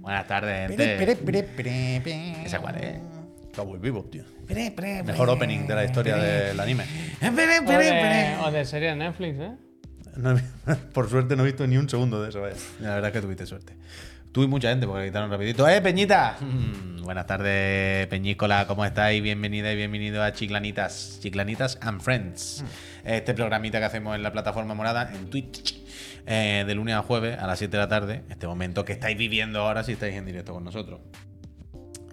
Buenas tardes, Pere, pere, gente. pere, pere, pere. Este, ¿Esa ¿eh? cuál es? Cowboy Bebop, tío. Pre, pre, Mejor pre, opening de la historia pre. del anime. Pre, O pre, de, pre. o de serie de Netflix, ¿eh? No he- por suerte no he visto ni un segundo de eso, vaya. La verdad es que tuviste suerte. Tuve mucha gente porque gritaron rapidito. ¡Eh, Peñita! Mm, buenas tardes, Peñícola, ¿cómo estáis? Bienvenida y bienvenido a Chiclanitas, Chiclanitas and Friends. Este programita que hacemos en la plataforma morada, en Twitch, eh, de lunes a jueves a las 7 de la tarde. Este momento que estáis viviendo ahora si estáis en directo con nosotros.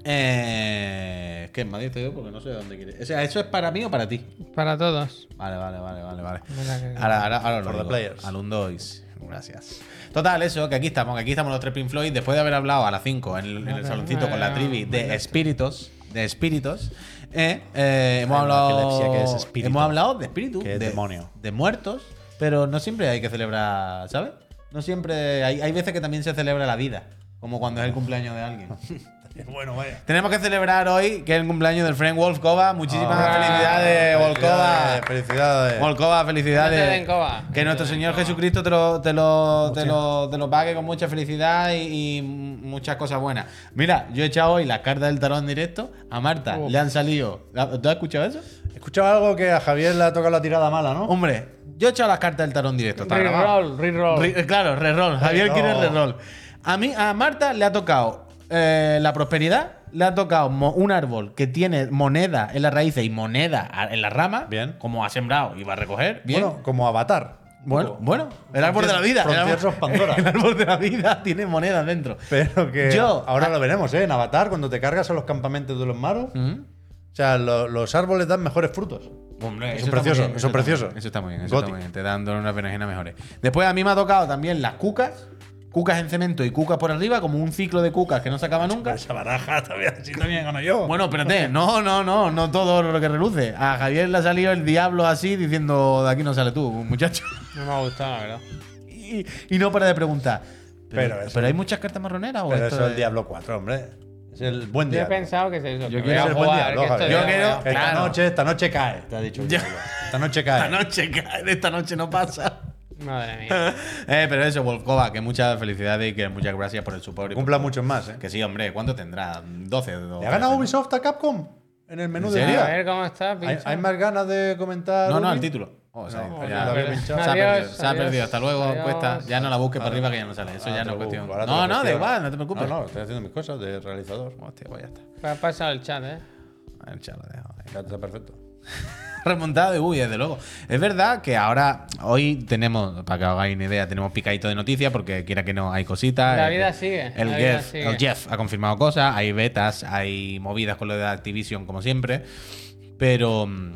Eh, es que en Madrid estoy yo porque no sé dónde quieres. O sea, ¿eso es para mí o para ti? Para todos. Vale, vale, vale, vale, vale. Verdad que- Ahora, ahora, ahora For lo the digo. players. Alundois. Gracias. Total, eso, que aquí estamos, que aquí estamos los tres Pink Floyd, después de haber hablado a las 5 en, el- en el Vale, saloncito con la vale, trivi de vale. espíritus, de espíritus, eh, eh, hemos, Hay una hablado, epilepsia que es espíritu. hemos hablado de espíritus, Que es de demonio. de muertos, pero no siempre hay que celebrar, ¿sabes? No siempre, hay, hay veces que también se celebra la vida, como cuando es el cumpleaños de alguien. Bueno, vaya. Tenemos que celebrar hoy que es el cumpleaños del friend Wolf Cova. Muchísimas Ah, felicidades, Wolf Cova. Felicidades, felicidades. Molcova, No te den Eh. felicidades. coba. Que nuestro No te den Señor coba. Jesucristo te lo, te, lo, te, lo, te lo pague con mucha felicidad y, y muchas cosas buenas. Mira, yo he echado hoy las cartas del tarón directo. A Marta Uf. le han salido. ¿Tú has escuchado eso? Escuchaba algo que a Javier le ha tocado la tirada mala, ¿no? Hombre, yo he echado las cartas del tarón directo. está grabado. Reroll, reroll. Re- eh, claro, reroll. Javier Reroll. quiere reroll. A mí, a Marta le ha tocado eh, la prosperidad, le ha tocado mo- un árbol que tiene moneda en las raíces y moneda a- en las ramas. Bien. Como ha sembrado y va a recoger. Bien. Bueno, como Avatar. Bueno, bueno, el árbol de la vida. El Frontiers árbol, of Pandora. el árbol de la vida tiene monedas dentro. Pero que Yo- ah, ahora lo veremos, ¿eh? En Avatar, cuando te cargas a los campamentos de los malos, Mm. o sea, lo- los árboles dan mejores frutos. Hombre, Eso está muy precioso, bien, eso está muy precioso. bien, Eso está muy bien, eso Gothic. está muy bien. Te dan unas berenjenas mejores. Después a mí me ha tocado también las cucas. Cucas en cemento y cucas por arriba, como un ciclo de cucas que no se acaba nunca. Esa baraja todavía, si también gano yo. Bueno, espérate, no, no, no, no todo lo que reluce. A Javier le ha salido el diablo así diciendo, de aquí no sale tú, muchacho. No me ha gustado, la verdad. Y, y no para de preguntar. Pero, Pero eso- ¿pero hay muchas cartas marroneras o Pero esto eso es el es- Diablo 4, hombre. Es el buen Yo he diablo. pensado que se hizo. Yo que quiero Es voy a el buen jugar, diablo, que esto Javier. ya Yo quiero- voy a- Esta Claro. noche, esta noche cae, te ha dicho. el Ya. diablo. Esta noche cae. Esta noche, cae, esta noche no pasa. Madre mía. Eh, pero eso, Volkova, que muchas felicidades y que muchas gracias por el support. y por Cumpla todo. muchos más, ¿eh? Que sí, hombre, ¿cuánto tendrá? 12. ¿Le ha ganado Ubisoft a Capcom? En el menú ¿En del serio? A día. ver cómo está, ¿Hay, pinche. hay más ganas de comentar? No, no, Ubi? el título. Oh, se ha No, ido, no, ya. lo había se ha pinchado. perdido, Adiós, se ha adiós, perdido. Hasta luego, adiós. cuesta. Ya no la busques para Ahora- arriba que ya no sale. Eso ahora ya te no es lo busco, cuestión. Ah, ahora te lo No, no, da gestiono. igual, no te preocupes. No, no, estoy haciendo mis cosas de realizador. Hostia, pues ya está. Ha pasado el chat, ¿eh? A ver, ya lo dejo ahí. Ya está perfecto. Remontada de Ubi, desde luego. Es verdad que ahora, hoy tenemos, para que os hagáis una idea, tenemos picadito de noticias porque quiera que no hay cositas. eh, La El- vida sigue, El, la vida Jeff, sigue. el Jeff ha confirmado cosas, hay betas, hay movidas con lo de Activision, como siempre. Pero mm,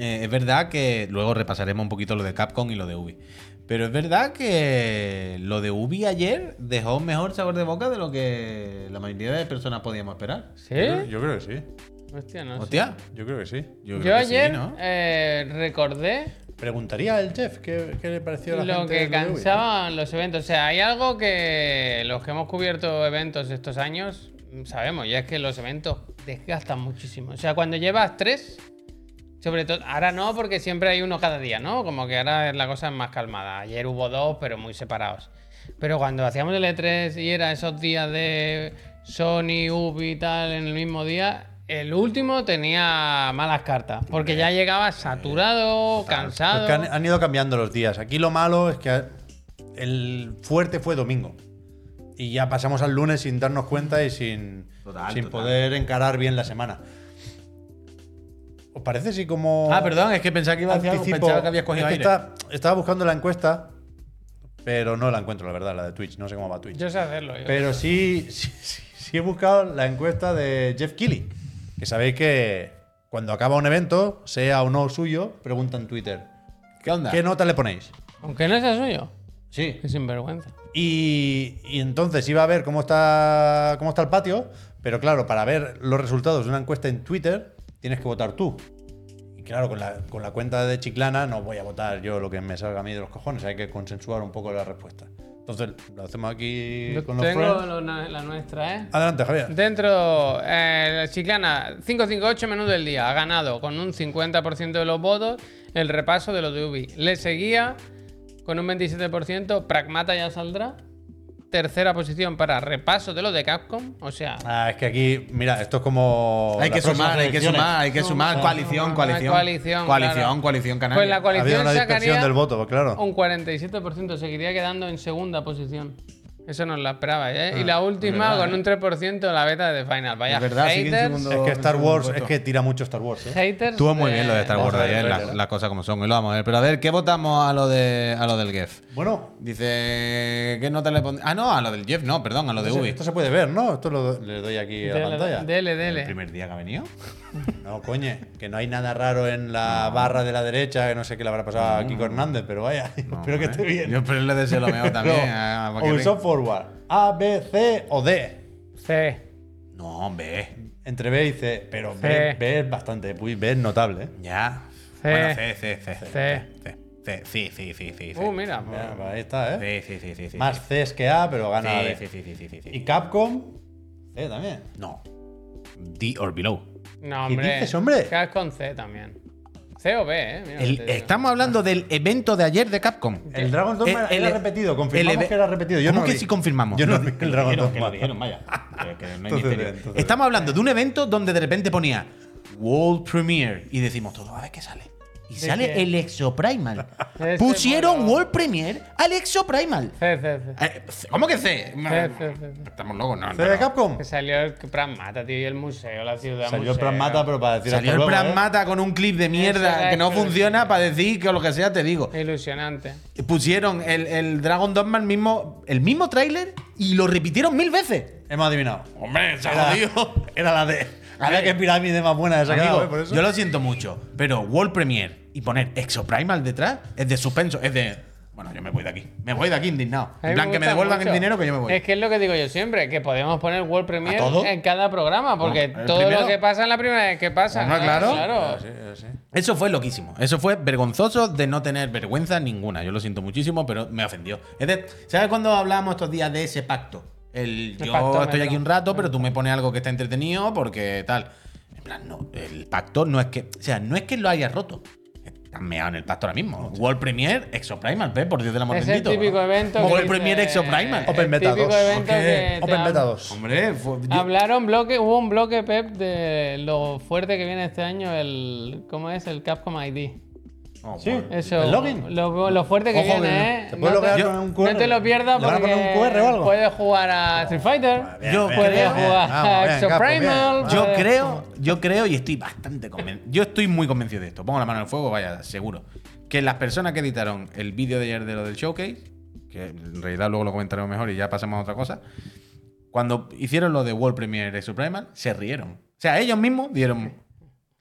eh, es verdad que luego repasaremos un poquito lo de Capcom y lo de Ubi. Pero es verdad que lo de Ubi ayer dejó un mejor sabor de boca de lo que la mayoría de personas podíamos esperar. Yo, ¿Sí? yo creo que sí. Hostia, no sé. Hostia. Yo creo que sí. Yo creo que sí, ayer ¿no? eh, recordé Preguntaría al Jeff qué, qué le pareció a la lo gente que del Ubi. cansaban los eventos. O sea, hay algo que los que hemos cubierto eventos estos años mm, sabemos, y es que los eventos desgastan muchísimo. O sea, cuando llevas tres, sobre todo, ahora no, porque siempre hay uno cada día, ¿no? Como que ahora la cosa es más calmada. Ayer hubo dos, pero muy separados. Pero cuando hacíamos el E3 y era esos días de Sony, Ubi y tal en el mismo día, el último tenía malas cartas, porque ya llegaba saturado, Los cansado. que han, han ido cambiando los días. Aquí lo malo es que el fuerte fue domingo. Y ya pasamos al lunes sin darnos cuenta y sin, Total, sin total. poder encarar bien la semana. ¿Os parece si como... Ah, perdón, es que pensaba que iba a decir algo, Anticipo. pensaba que habías cogido Es que aire. está- estaba buscando la encuesta, pero no la encuentro, la verdad, la de Twitch. No sé cómo va Twitch. Yo sé hacerlo. Yo. Pero sí, sí, sí- sí he buscado la encuesta de Jeff Keighley. Que sabéis que cuando acaba un evento, sea o no suyo, pregunta en Twitter. ¿Qué onda? ¿Qué nota le ponéis? Aunque no sea suyo. Sí. Qué sinvergüenza. Y, y entonces iba a ver cómo está, cómo está el patio, pero claro, para ver los resultados de una encuesta en Twitter, tienes que votar tú. Y claro, con la, con la cuenta de Chiclana no voy a votar yo lo que me salga a mí de los cojones, hay que consensuar un poco la respuesta. Entonces, lo hacemos aquí Yo con los tengo friends. lo- na- la nuestra, ¿eh? Adelante, Javier. Dentro, eh, Chiclana, 558 menú del día. Ha ganado con un 50% de los votos el repaso de los de Ubi. Le seguía con un 27%. Pragmata ya saldrá. Tercera posición para repaso de lo de Capcom. O sea, Ah, es que aquí, mira, esto es como. Hay que las próximas sumar, hay que elecciones. sumar, hay que sumar. Coalición, Una coalición. coalición, Coalición, claro. coalición canaria. pues la Ha habido coalición una dispersión sacaría del voto, pues claro. un 47%. Seguiría quedando en segunda posición. Eso nos la esperaba, ¿eh? y la última Ah, verdad, con un 3% la beta de Final. Vaya, Es verdad, sigue en haters, segundo- Es que Star Wars, voto. es que tira mucho Star Wars, ¿eh? haters Estuvo muy bien lo de Star Wars de Vamos a ver, ayer, las ¿verdad? las cosas como son. Y lo vamos a ver. Pero a ver, ¿qué votamos a lo, de, a lo del GEF? Bueno, Dice, ¿qué nota le pondría? Ah, no, a lo del Jeff, no, perdón, a lo de Ubi. esto se puede ver, ¿no? Esto lo, le doy aquí a la pantalla. Dele, ¿El dele. primer día que ha venido? No, coñe, que no hay nada raro en la barra de la derecha, que no sé qué le habrá pasado a Kiko Hernández, pero vaya, No, espero que ¿eh? esté bien. Yo espero le deseo lo mejor también. a- a- Luego, Ubisoft Forward, A, B, C o D. C. No, hombre. Entre B y C, pero B, C. B es bastante, uy, B es notable. ¿eh? Ya. C. Bueno, C, C, C. C. C. C. Sí, sí, sí, sí. sí. Uh, mira. Mira, pues ahí está, ¿eh? Sí, sí, sí, sí, sí. Más C que A, pero Sí, gana la B. sí, sí, sí, sí, sí, sí. Y Capcom, C también. No. D or below. No, ¿Qué hombre. dices, hombre? Cas con C también. C o B, ¿eh? Mira, El- te digo. estamos hablando del evento de ayer de Capcom. El Dragon Dogma El- era el- repetido, confirmamos el- que era repetido. Yo ¿Cómo no que vi. sí confirmamos? Yo no vi el Dragon Dijeron que Doma. lo dijeron, vaya. Que- que no hay Entonces, misterio. entonces. Estamos hablando de un evento donde de repente ponía World Premiere y decimos todo, a ver qué sale. Y sale qué? el Exoprimal. Ese Pusieron mono. World Premiere al Exoprimal. C, C, C. Eh, ¿Cómo que C? No, C, C, C. Estamos locos, no. ¿C no, de no. Capcom? Que salió el Pran Mata, tío, y el museo, la ciudad. Salió museo. el Plan Mata, pero para decir Salió hasta el luego, plan ¿eh? mata con un clip de Ese mierda era que no Exoprimal. funciona para decir que lo que sea te digo. Ilusionante. Pusieron el, el Dragon Dogma el mismo, el mismo tráiler y lo repitieron mil veces. Hemos adivinado. Hombre, se Era, jodió. era la de. A ver qué pirámide más buena de Amigo, sacado, ¿eh? Por eso. yo lo siento mucho, pero World Premiere y poner Exoprimal detrás es de suspenso, es de. Bueno, yo me voy de aquí. Me voy de aquí indignado. A mí En plan, que me gusta devuelvan mucho. el dinero que yo me voy. Es que es lo que digo yo siempre, que podemos poner World Premiere todo? en cada programa, porque No, el todo primero. lo que pasa en la primera vez que pasa. Hombre, ¿no? claro. claro. Eso fue loquísimo. Eso fue vergonzoso de no tener vergüenza ninguna. Yo lo siento muchísimo, pero me ofendió. Es de- ¿Sabes cuando hablábamos estos días de ese pacto? El, yo pactómetro. estoy aquí un rato, pero tú me pones algo que está entretenido porque tal. En plan, no, el pacto no es que. O sea, no es que lo hayas roto. Estás meado en el pacto ahora mismo. World Premiere, Exoprimal, ¿ves? Por Dios del amor Es el bendito. típico evento. que World dice- Eh, Premiere, Exoprimal. Open el Beta típico 2, evento ok. que te Open hab- Beta 2. Hombre, fue- yo- Hablaron bloque, hubo un bloque, Pep, de lo fuerte que viene este año el. ¿Cómo es? El Capcom ID. Oh, Sí. madre. Eso. ¿El login? Lo, lo fuerte que Ojo, que viene, ¿eh? ¿Te puedes No lograr te- con un QR? no te lo pierdas ¿Le van a porque poner un QR o algo? Ah, puedes jugar a Street Fighter. bien, Yo creo- bien, Puedes bien, bien. jugar Vamos, a bien, Capo, bien. Exoprimal. Yo puedes- creo, yo creo y estoy bastante convencido. Yo estoy muy convencido de esto. Pongo la mano en el fuego, vaya, seguro. Que las personas que editaron el vídeo de ayer de lo del showcase, que en realidad luego lo comentaremos mejor y ya pasamos a otra cosa, cuando hicieron lo de World Premiere y Supremal, se rieron. O sea, ellos mismos dieron.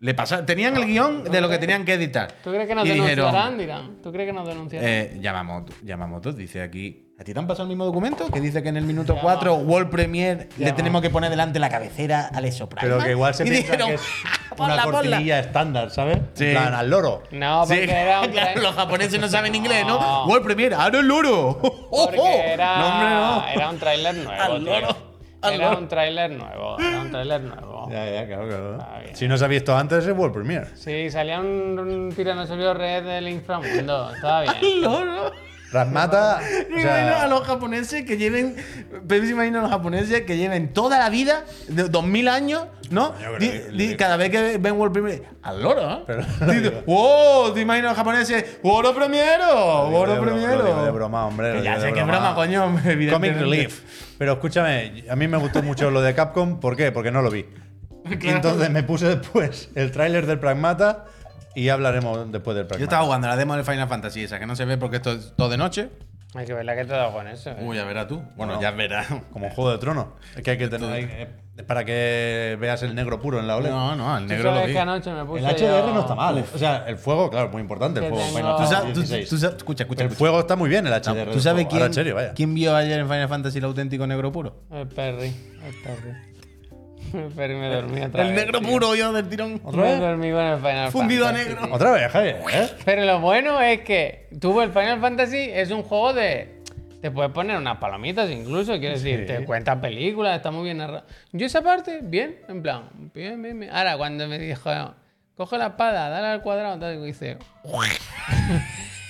Le pasaron, tenían el guión de lo que tenían que editar. ¿Tú crees que nos Y dijeron, denunciarán, dirán? ¿Tú crees que nos denunciarán? eh, Yamamoto, Yamamoto dice aquí. ¿A ti te han pasado el mismo documento? Que dice que en el minuto 4 World Premiere le tenemos que poner delante la cabecera al Esoprime. Pero que igual se y piensa dijeron, "Ah, que es "Ponla, una ponla". cortinilla estándar, ¿sabes? En Sí. plan, al loro. no, Sí, porque era un. claro, los japoneses no saben inglés, ¿no? No. World Premiere, ahora el loro. Porque era, No, hombre, no. era un tráiler nuevo, Al tío. loro, al Era loro. un tráiler nuevo, era un tráiler nuevo. Ya, ya, claro, claro. Ah, bien. Si no se ha visto antes, es World Premiere. Sí, salía un, un tiranosaurio red del inframundo, estaba bien. Al loro. Rasmata. Me o imagino a sea, los japoneses que lleven. pues, Pero se imagina a los japoneses que lleven toda la vida, de 2000 años, ¿no? Coño, pero Di- le- di- le- cada vez que ven World Premiere, al loro, ¿no? Pero- Dice, ¡Wow! "Oh, Te imaginas a los japoneses, ¡World Premiere! lo digo ¡World de bro- lo digo de Premiere! broma, hombre. Que lo ya digo de sé que es broma, coño, evidentemente. Comic Relief. Pero escúchame, a mí me gustó mucho lo de Capcom. ¿Por qué? Porque no lo vi. Y entonces me puse después el tráiler del Pragmata y ya hablaremos después del Yo Pragmata. estaba jugando la demo de Final Fantasy, esa que no se ve porque esto es todo de noche. Hay que ver la que te he dado con eso. eh. Uy, ya verás tú. Bueno, No. ya verás. Como un Juego de Tronos. Es que hay que tener ahí, eh, para que veas el negro puro en la OLED. No, pues no, el Tú negro lo sabes vi. que anoche me puse el HDR yo- no está mal. eh. O sea, el fuego, claro, es muy importante. El Que fuego. tengo- Final Tú Fantasy sabes, tú- XVI. tú sabes- escucha, escucha, el escucha. fuego está muy bien, el No, HDR. ¿Tú del sabes fuego. quién, Ahora, en serio, vaya. quién vio ayer en Final Fantasy el auténtico negro puro? El Perry, el Perry. El Perry me dormía otra El vez, negro tío. puro, yo del tirón. ¿Otra Me vez? dormí con el Final Fundido a Fantasy, negro. tío. Otra vez, Javier. ¿eh? Pero lo bueno es que tuvo el Final Fantasy, es un juego de. Te puedes poner unas palomitas incluso, quiero decir, te cuentan películas, está muy bien narrado. Yo esa parte, bien, en plan, bien, bien, bien. Ahora, cuando me dijo, coge la espada, dale al cuadrado, tal, y dice.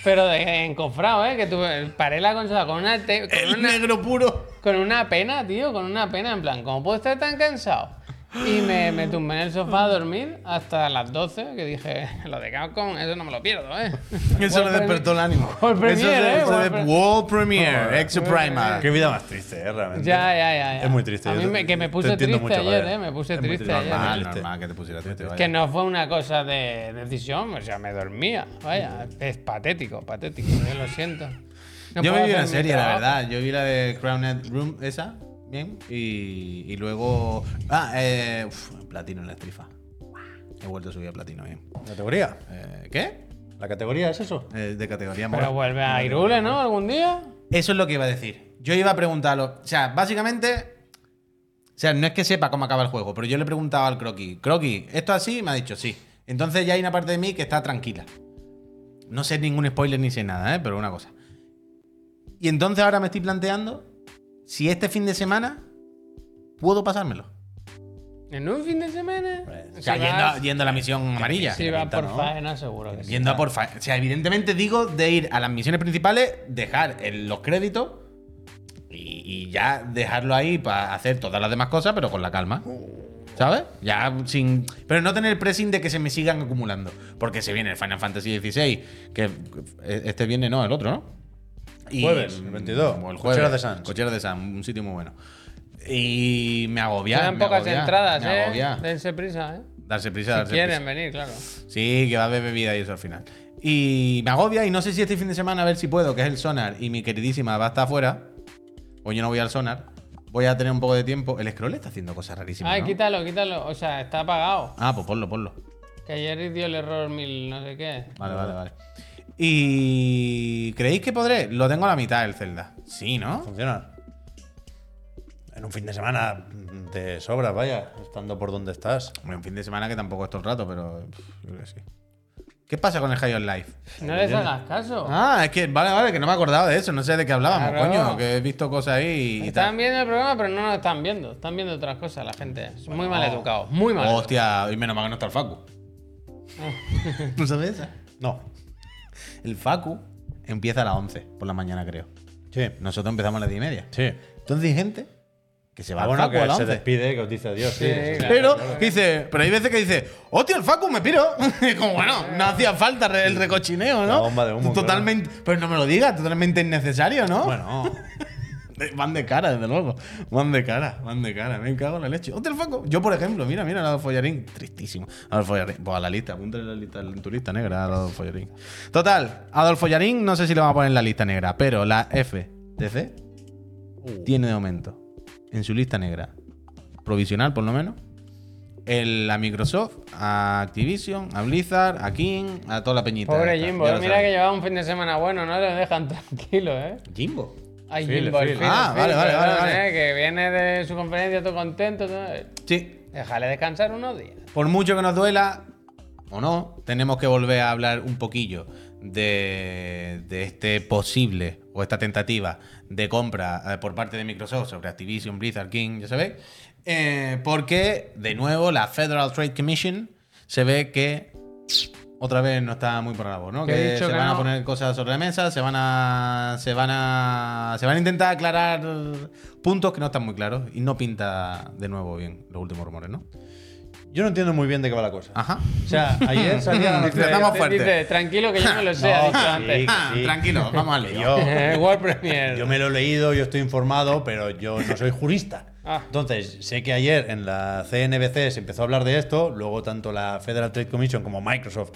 Pero de encofrado, ¿eh? Que tuve, paré la consola con una, te- con El una- negro puro. con una pena, tío, con una pena. En plan, ¿cómo puedo estar tan cansado? Y me, me tumbé en el sofá a dormir hasta las 12, que dije, lo de Capcom, eso no me lo pierdo, ¿eh? Eso le World despertó el ánimo. World Premiere, Eso se- se- eh, World Pre- World Premiere, Exo Primal. Qué vida más triste, ¿eh? Realmente. Ya, ya, ya, ya. Es muy triste. A yo mí te- me- que me te puse entiendo triste mucho, ayer, joder. ¿eh? Me puse Es muy triste ayer. normal, Normal, triste. normal que te pusiera triste. Que vaya. no fue una cosa de decisión, o sea, me dormía. Vaya, es patético, patético, yo lo siento. No Yo me puedo vi hacer una mi serie, la trabajo. verdad. Yo vi la de Crowned Room, esa, bien. Y, y luego. Ah, eh, uf, platino en la estrifa. He vuelto a subir a platino, bien. ¿Categoría? Eh, ¿Qué? ¿La categoría es eso? Eh, de categoría Pero mola. vuelve a Irule, ¿no? ¿Algún día? Eso es lo que iba a decir. Yo iba a preguntarlo. O sea, básicamente. O sea, no es que sepa cómo acaba el juego, pero yo le he preguntado al Croqui, Croqui, ¿esto así? Y Me ha dicho sí. Entonces ya hay una parte de mí que está tranquila. No sé ningún spoiler ni sé nada, ¿eh? pero una cosa. Y entonces ahora me estoy planteando si este fin de semana puedo pasármelo. ¿En un fin de semana? O Si sea, yendo, a- vas- yendo a la misión amarilla. si vas por ¿no? faena, seguro que sí. Yendo a por fa- O sea, evidentemente digo de ir a las misiones principales, dejar el- los créditos y, y ya dejarlo ahí para hacer todas las demás cosas, pero con la calma. Oh. ¿Sabes? Ya sin. Pero no tener pressing de que se me sigan acumulando. Porque se viene el Final Fantasy XVI, que eh, este viene no, el otro, ¿no? Jueves, el 22, o el jueves, Cocheras de Sans. Cocheras de Sans, un sitio muy bueno. Y me agobia. Quedan me pocas agobia, entradas, me ¿eh? agobia. Dense prisa, ¿eh? Darse prisa, Si darse quieren prisa. venir, claro. Sí, que va a haber bebida y eso al final. Y me agobia y no sé si este fin de semana a ver si puedo, que es el Sonar, y mi queridísima va a estar afuera. O yo no voy al Sonar. Voy a tener un poco de tiempo. El scroll está haciendo cosas rarísimas. Ay, ¿no? quítalo, quítalo. O sea, está apagado. Ah, pues ponlo, ponlo. Que ayer dio el error mil no sé qué. Vale, vale, vale. ¿Y creéis que podré? Lo tengo a la mitad el Zelda. Sí, ¿no? Funcionar. En un fin de semana mm, te sobras, vaya, estando por donde estás. Hombre, un fin de semana que tampoco es todo el rato, pero pff, yo creo que sí. ¿Qué pasa con el High on Life? No les hagas caso. Ah, es que, vale, vale, que no me acordaba de eso, no sé de qué hablábamos, Claro. coño, que he visto cosas ahí y tal. Están viendo el programa, pero no nos están viendo. Están viendo otras cosas la gente. Es muy mal educado. Muy mal educado. Hostia, y menos mal que no está el Facu. ¿No sabes esa? No. El Facu empieza a las 11 por la mañana, creo. Sí. Nosotros empezamos a las 10 y media. Sí. Entonces hay gente que se va Ah, al bueno, Facu a que las se 11. despide, que os dice adiós. Sí, Sí, eso sí. claro. Pero, dice, pero hay veces que dice, hostia, el Facu me piro. Y como, bueno, no hacía falta re- el recochineo, ¿no? La bomba de humo, Totalmente, pero no me lo digas, totalmente innecesario, ¿no? Bueno, Eh, Van de cara, desde luego. Van de cara, van de cara. Me cago en la leche. ¡Hostia, el Facu! Yo, por ejemplo, mira, mira, Lado Follarín. Tristísimo. Adolfo Follarín. Pues a la lista, apúntale la lista en tu lista negra, Adolfo Follarín. Total, Adolfo Follarín, no sé si lo vamos a poner en la lista negra, pero la FTC Uh. tiene de momento en su lista negra, provisional por lo menos, el, a Microsoft, a Activision, a Blizzard, a King, a toda la peñita. Pobre esta. Jimbo, Ya eh, lo mira que sabéis. llevaba un fin de semana bueno, no les dejan tranquilo, ¿eh? Jimbo. Ay, Phil, Jimbo, el Phil. Phil, Ah, el vale, Phil, vale, vale, perdón, vale. eh, que viene de su conferencia todo contento. todo, eh. Sí, Déjale descansar unos días. por mucho que nos duela o no, tenemos que volver a hablar un poquillo de, de este posible o esta tentativa de compra eh, por parte de Microsoft sobre Activision, Blizzard, King, ya sabéis. Eh, porque, de nuevo, la Federal Trade Commission se ve que otra vez no está muy por la labor, ¿no? Que he Que dicho se que van a no. poner cosas sobre la mesa, se van a. se van a. se van a intentar aclarar puntos que no están muy claros y no pinta de nuevo bien los últimos rumores, ¿no? yo no entiendo muy bien de qué va la cosa. Ajá. O sea, ayer salía la Dice, noticia. "Estamos Dice- fuertes". dice, tranquilo que yo me lo sé, ha No, dicho sí. antes. Ah, Sí. Tranquilo, vamos al que lío. yo, World Premiere. yo me lo he leído, yo estoy informado, pero yo no soy jurista. Ah. Entonces, sé que ayer en la CNBC se empezó a hablar de esto, luego tanto la Federal Trade Commission como Microsoft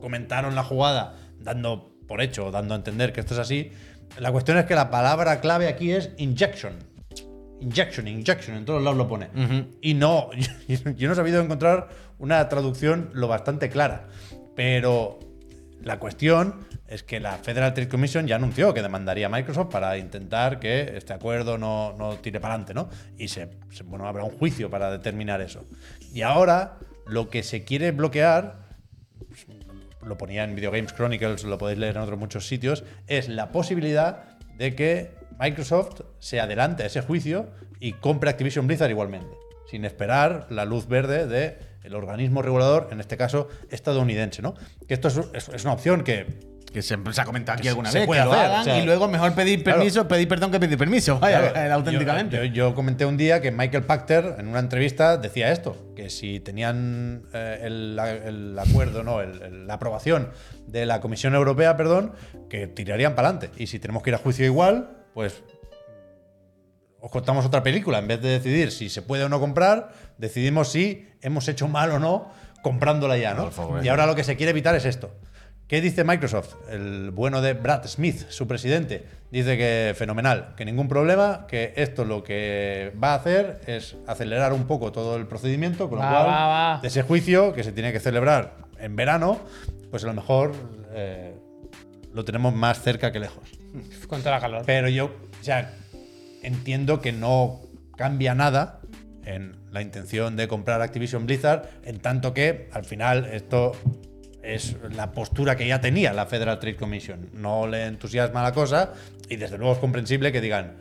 comentaron la jugada dando por hecho, dando a entender que esto es así. La cuestión es que la palabra clave aquí es injection. Injection, injection, en todos lados lo pone. Y no, yo, no he sabido encontrar una traducción lo bastante clara. Pero la cuestión es que la Federal Trade Commission ya anunció que demandaría a Microsoft para intentar que este acuerdo no, no tire para adelante, ¿no? Y se, se- bueno, habrá un juicio para determinar eso. Y ahora lo que se quiere bloquear lo ponía en Video Games Chronicles, lo podéis leer en otros muchos sitios, es la posibilidad de que Microsoft se adelante a ese juicio y compre Activision Blizzard igualmente, sin esperar la luz verde de el organismo regulador, en este caso estadounidense, ¿no? Que esto es, es- es una opción que que se, se ha comentado aquí alguna se vez, que puede lo hacer, hagan o sea, y luego mejor pedir claro. permiso, pedir perdón que pedir permiso, vaya, eh, Claro, auténticamente. Yo, yo- yo comenté un día que Michael Pachter en una entrevista decía esto, que si tenían eh, el, el acuerdo, no, el- el- la aprobación de la Comisión Europea, perdón, que tirarían para adelante. Y si tenemos que ir a juicio igual, pues os contamos otra película. En vez de decidir si se puede o no comprar, decidimos si hemos hecho mal o no comprándola ya, ¿no? Por favor. Y ahora lo que se quiere evitar es esto. ¿Qué dice Microsoft? El bueno de Brad Smith, su presidente, dice que fenomenal, que ningún problema, que esto lo que va a hacer es acelerar un poco todo el procedimiento, con lo Va, cual va, va. ese juicio que se tiene que celebrar en verano, pues a lo mejor eh, lo tenemos más cerca que lejos. Con toda la calor. Pero yo, o sea, entiendo que no cambia nada en la intención de comprar Activision Blizzard, en tanto que al final esto es la postura que ya tenía la Federal Trade Commission. No le entusiasma la cosa y desde luego es comprensible que digan,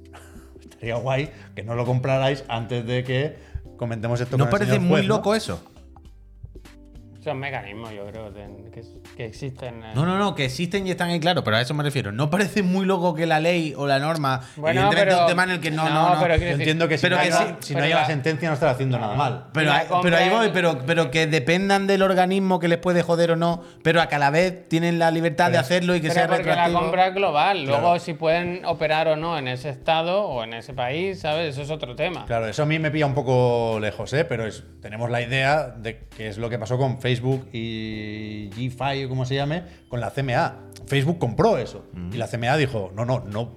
estaría guay que no lo comprarais antes de que comentemos esto. ¿No con el parece señor muy juez, ¿no?". loco eso? Son mecanismos, yo creo, de- que, que existen. eh. No, no, no, que existen y están ahí, claro, pero a eso me refiero. No parece muy loco que la ley o la norma, Bueno, evidentemente es pero- un tema en el que no, no, no. pero Yo quiero decir- entiendo que si pero Ah. no que haya- sí, si no pero haya la- la sentencia no estará haciendo nada mal. Pero, La ahí- compra pero ahí en- voy, pero, pero que dependan del organismo que les puede joder o no, pero a cada vez tienen la libertad de hacerlo y que Pero sea porque la retroactivo. compra es global. Luego, si pueden operar o no en ese estado o en ese país, ¿sabes? Eso es otro tema. Claro, eso a mí me pilla un poco lejos, ¿eh? pero es- tenemos la idea de qué es lo que pasó con Facebook y G5, o como se llame, con la CMA. Facebook compró eso y la CMA dijo, no, no, no,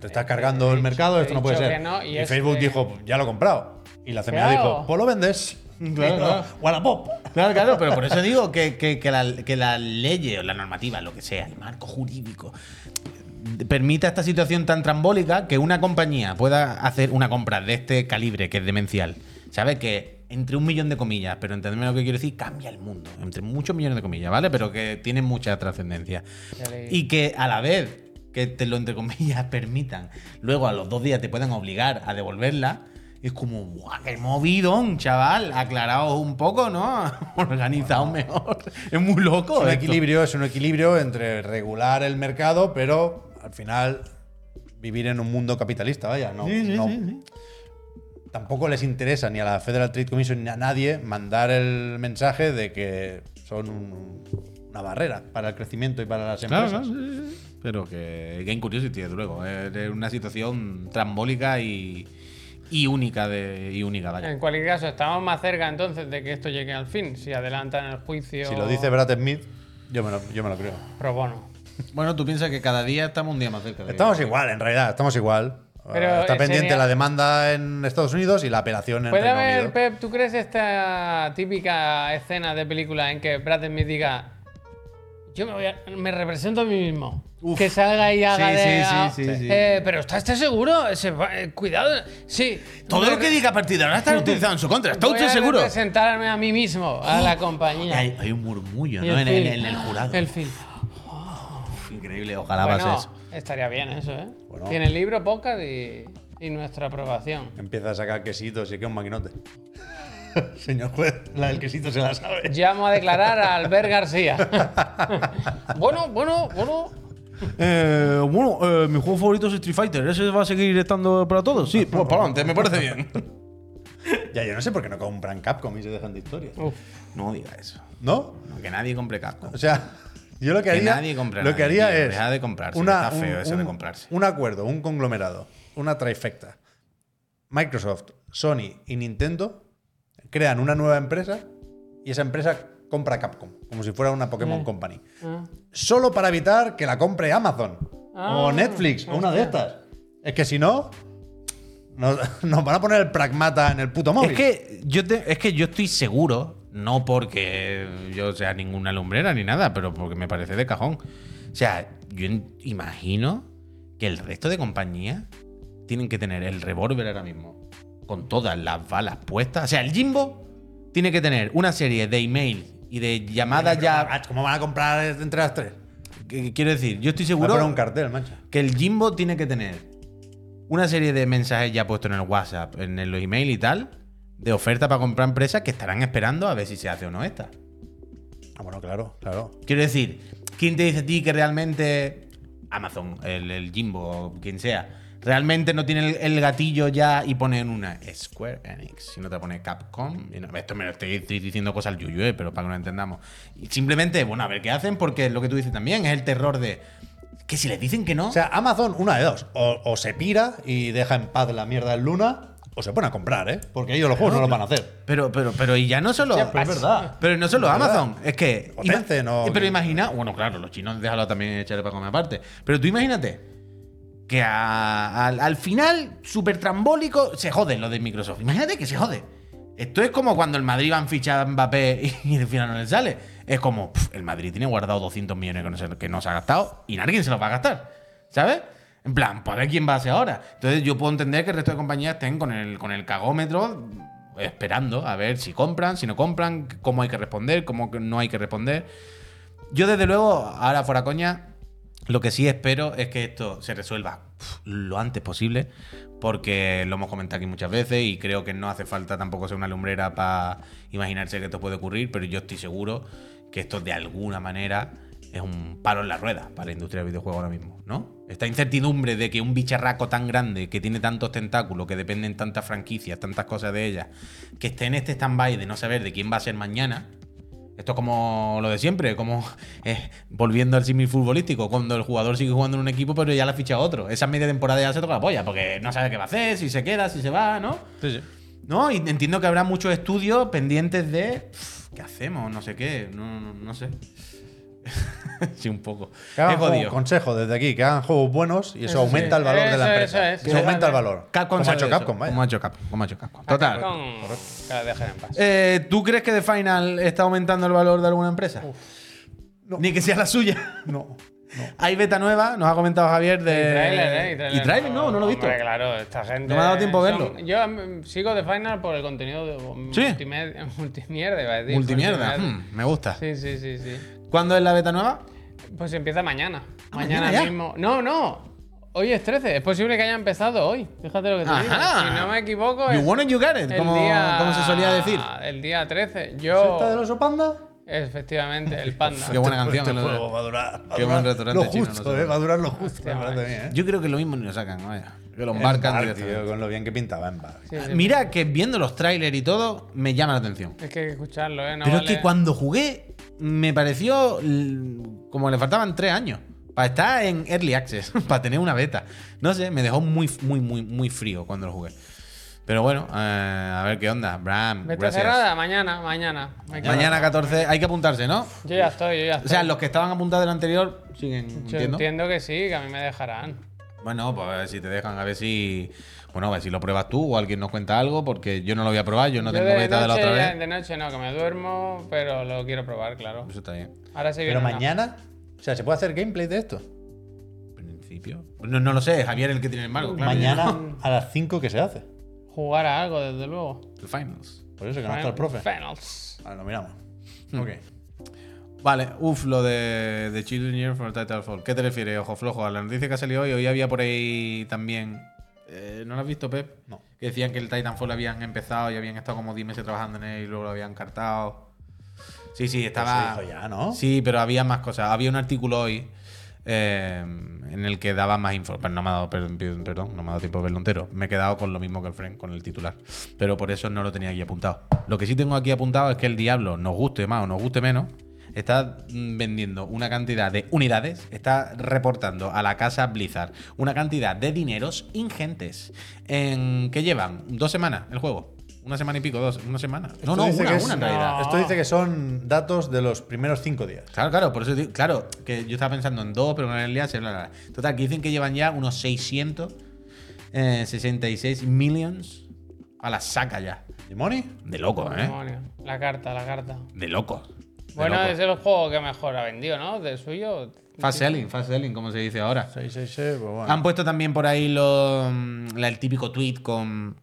te estás Eh, cargando he el dicho- mercado, he esto no dicho puede que ser. no, y y es Facebook que- dijo, ya lo he comprado. Y la CMA Claro. dijo, pues lo vendes. Claro, Y no, claro. Wallapop. Claro, claro, pero por eso digo que, que, que la, que la ley o la normativa, lo que sea, el marco jurídico, permita esta situación tan trambólica que una compañía pueda hacer una compra de este calibre, que es demencial. ¿Sabes? Que entre un millón de comillas, pero entendeme lo que quiero decir, cambia el mundo. Entre muchos millones de comillas, ¿vale? Pero que tiene mucha trascendencia. Ya leí. Y que a la vez que te lo, entre comillas, permitan, luego a los dos días te puedan obligar a devolverla. Es como, ¡buah, qué movidón, chaval! Aclaraos un poco, ¿no? Organizaos mejor. Es muy loco. Es un esto. equilibrio, es un equilibrio entre regular el mercado, pero al final vivir en un mundo capitalista, vaya, no, Sí, sí, no- sí, sí. tampoco les interesa ni a la Federal Trade Commission ni a nadie mandar el mensaje de que son un- una barrera para el crecimiento y para las Claro, empresas. claro, sí, sí, sí. Pero que Game Curiosity, desde luego. Es es una situación trambólica y, y única, de, y única, vaya. En cualquier caso, estamos más cerca entonces de que esto llegue al fin. Si adelantan el juicio. Si lo dice Brad Smith, yo me lo, yo me lo creo. Pro bono. Bueno, tú piensas que cada día estamos un día más cerca de Estamos igual, en realidad, estamos igual. Pero eh, Ahora Está sería- pendiente la demanda en Estados Unidos y la apelación en ¿Puede Reino haber, Unido. Pep, tú crees esta típica escena de película en que Brad Smith diga. Yo me, voy a- me represento a mí mismo. Que salga y haga Sí, de. sí, sí, ah, sí, sí. eh, Pero ¿estás estás seguro? Se va- eh, cuidado. Sí. Todo me lo que re- diga a partir de ahora está utilizado en su contra. ¿Está voy usted a seguro? representarme a mí mismo, a la compañía. Hay, hay un murmullo, Y ¿no? En, en- Phil. en el jurado. El film. Uf, Increíble, ojalá pase eso. estaría bien eso, ¿eh? Bueno. Tiene libro, podcast y, y nuestra aprobación. Empieza a sacar quesitos y que es un maquinote. Señor juez, la del quesito se la sabe. Llamo a declarar a Albert García. bueno, bueno, bueno. Eh, bueno, eh, mi juego favorito es Street Fighter. ¿Ese va a seguir estando para todos? Sí, pues para adelante, me parece bien. Ya, yo no sé por qué no compran Capcom y se dejan de historias. Uf. No diga eso. ¿No? No, que nadie compre casco. O sea, yo lo Que que haría, nadie compre lo nada, que haría tío, es deja de comprarse, una- que está feo eso de comprarse. Un acuerdo, un conglomerado, una trifecta. Microsoft, Sony y Nintendo crean una nueva empresa y esa empresa compra Capcom, como si fuera una Pokémon Eh. Company. Ah. Solo para evitar que la compre Amazon o Ah, Netflix o una de estas. Es que si no, nos, nos van a poner el pragmata en el puto móvil. Es que, yo te- es que yo estoy seguro, no porque yo sea ninguna lumbrera ni nada, pero porque me parece de cajón. O sea, yo en- imagino que el resto de compañías tienen que tener el revólver ahora mismo con todas las balas puestas. O sea, el Jimbo tiene que tener una serie de email y de llamadas ya. ah, ¿Cómo van a comprar entre las tres? que- que Quiero decir, yo estoy Voy a seguro. poner un cartel, mancha. que el Jimbo tiene que tener una serie de mensajes ya puestos en el WhatsApp, en el- los email y tal, de oferta para comprar empresas que estarán esperando a ver si se hace o no esta. Ah, bueno, claro, claro. Quiero decir, ¿Quién te dice a ti que realmente Amazon, el, el Jimbo o quien sea, realmente no tiene el, el gatillo ya y pone en una Square Enix? Si no te pone Capcom. y no- esto me lo estoy, estoy diciendo cosas al yuyu, eh, pero para que lo entendamos. Y simplemente, bueno, a ver qué hacen, porque lo que tú dices también es el terror de que si les dicen que no. O sea, Amazon, una de dos. O, o se pira y deja en paz la mierda en Luna, o se pone a comprar, ¿eh? Porque ellos los juegos no los van a hacer. Pero, pero, pero, y ya no solo. Hostia, pero pues, es verdad. Pero no solo Es verdad. Amazon. Es que. O ima- Tencent, o- eh, Pero imagina. Bueno, claro, los chinos déjalo también echarle para comer aparte. Pero tú imagínate. Que a- al, al final, súper trambólico, se jode lo de Microsoft. Imagínate que se jode. Esto es como cuando el Madrid van a fichar a Mbappé y al final no le sale. Es como, pf, el Madrid tiene guardado 200 millones que no, se, que no se ha gastado y nadie se los va a gastar. ¿Sabes? En plan, pues a ver quién va a ser ahora. Entonces yo puedo entender que el resto de compañías estén con el, con el cagómetro esperando a ver si compran, si no compran, cómo hay que responder, cómo que no hay que responder. Yo desde luego, ahora fuera coña, lo que sí espero es que esto se resuelva uf, lo antes posible, porque lo hemos comentado aquí muchas veces y creo que no hace falta tampoco ser una lumbrera para imaginarse que esto puede ocurrir, pero yo estoy seguro que esto de alguna manera es un palo en la rueda para la industria del videojuego ahora mismo, ¿no? Esta incertidumbre de que un bicharraco tan grande, que tiene tantos tentáculos, que dependen tantas franquicias, tantas cosas de ellas, que esté en este stand-by de no saber de quién va a ser mañana, esto es como lo de siempre, como eh, volviendo al símil futbolístico, cuando el jugador sigue jugando en un equipo pero ya la ficha a otro. Esa media temporada ya se toca la polla, porque no sabe qué va a hacer, si se queda, si se va, ¿no? No, y entiendo que habrá muchos estudios pendientes de pff, qué hacemos, no sé qué, no, no, no sé. sí, un poco. Que hagan Qué juegos- jodido. consejo desde aquí, que hagan juegos buenos y eso, Eso aumenta sí. el valor de la Eso, empresa. eso es. Eso Sí, aumenta el vale. valor. Capcom como ha sabe hecho de eso, Capcom, vaya. Como ha hecho Capcom, como ha hecho Capcom. Total. Con- Que la dejen en paz. Eh, ¿Tú crees que The Final está aumentando el valor de alguna empresa? no. Ni que sea la suya. No. Hay beta nueva, nos ha comentado Javier de. Y trailer, ¿eh? Y trailer, ¿Y trailer? No, no lo he visto. Hombre, claro, esta gente. No me ha dado tiempo a son- verlo. Yo mm, sigo de Final por el contenido de mm, Sí. multimed- multimierda, iba a decir. Multimierda, multimedial. hmm, me gusta. Sí, sí, sí, sí. ¿Cuándo es la beta nueva? Pues empieza mañana. Ah, mañana mañana ya. mismo. No, no. Hoy es 13. Es posible que haya empezado hoy. Fíjate lo que te digo. Ajá. Si no me equivoco, You es want it, you got it, Pues, el como, día- como se solía decir. El día 13. ¿Esta del Yo. oso panda? Efectivamente, el panda. Qué buena Este canción. lo de- juego va a durar. va a Qué buen durar restaurante Lo chino, justo, no sé. eh, va a durar lo justo. Hostia, me parece madre. bien, eh. Yo creo que lo mismo ni lo sacan, vaya. Que lo El embarcan bar, directamente. tío, con lo bien que pintaba en bar. Sí, sí. Mira que viendo los trailers y todo, me llama la atención. Es que hay que escucharlo, ¿eh? No Pero es vale- que cuando jugué, me pareció l- como le faltaban tres años. Para estar en Early Access, para tener una beta. No sé, me dejó muy, muy, muy, muy frío cuando lo jugué. Pero bueno, eh, a ver qué onda. Bram, Vete gracias. cerrada, mañana, mañana. Hay que- Mañana 14, hay que apuntarse, ¿no? Yo ya estoy, yo ya estoy. O sea, los que estaban apuntados del anterior siguen, Yo entiendo. entiendo. que sí, que a mí me dejarán. Bueno, pues a ver si te dejan, a ver si. Bueno, a ver si lo pruebas tú o alguien nos cuenta algo, porque yo no lo voy a probar, yo no Yo tengo de beta de la noche otra ya- vez. de noche no, que me duermo, pero lo quiero probar, claro. Eso Pues está bien. Ahora sí viene Pero una- mañana, o sea, ¿se puede hacer gameplay de esto? En principio. No, no lo sé, Javier el que tiene el marco, claro. Mañana a las 5 que se hace. Jugar a algo, desde luego. The finals. Por eso que no está el profe. Finals. Ahora lo miramos. Ok. Vale, uff, lo de, de Children Year for Titanfall. ¿Qué te refieres, ojo flojo? A la noticia que ha salido hoy, hoy había por ahí también. eh, ¿No lo has visto, Pep? No. Que decían que el Titanfall habían empezado y habían estado como 10 meses trabajando en él y luego lo habían cartado. Sí, sí, estaba. Se dijo ya, ¿no? Sí, pero había más cosas. Había un artículo hoy eh, en el que daba más info. Pero no me ha dado, per- per- perdón, no me ha dado tiempo de verlo entero. Me he quedado con lo mismo que el Frank, con el titular. Pero por eso no lo tenía aquí apuntado. Lo que sí tengo aquí apuntado es que el diablo, nos guste más o nos guste menos, está mm, vendiendo una cantidad de unidades, está reportando a la casa Blizzard una cantidad de dineros ingentes. En que llevan dos semanas el juego. Una semana y pico, dos, una semana. No, Esto no, dice una, que es- una en realidad. Esto dice que son datos de los primeros 5 días. Claro, claro, por eso digo, claro, que yo estaba pensando en dos, pero en realidad se bla, bla, bla. Total, que dicen que llevan ya unos eh, 666 millions a la saca ya. ¿Y Money? De loco, ¿eh? Demonio. La carta, la carta. De loco. De Bueno, loco. es el juego que mejor ha vendido, ¿no? De suyo. Fast selling, fast selling, como se dice ahora. 666, pues bueno. Han puesto también por ahí lo- la- el típico tweet con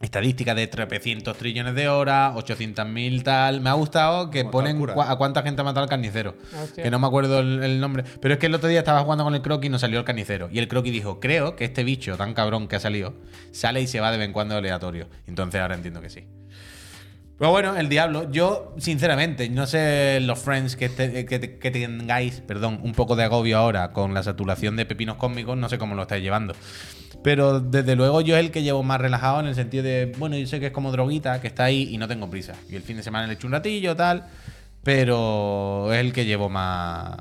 estadísticas de 300 trillones de horas, 800.000 tal. Me ha gustado que Como ponen Sakura. cua- a cuánta gente ha matado al carnicero. Hostia. Que no me acuerdo el, el nombre. Pero es que el otro día estaba jugando con el croquis y nos salió el carnicero. Y el croquis dijo, creo que este bicho tan cabrón que ha salido sale y se va de vez en cuando aleatorio. Entonces ahora entiendo que sí. Pero bueno, el diablo. Yo, sinceramente, no sé los friends que, te- que te- que tengáis, perdón, un poco de agobio ahora con la saturación de pepinos cósmicos, no sé cómo lo estáis llevando. Pero desde luego yo es el que llevo más relajado en el sentido de, bueno, yo sé que es como droguita, que está ahí y no tengo prisa. Y el fin de semana le echo un ratillo, tal. Pero es el que llevo más,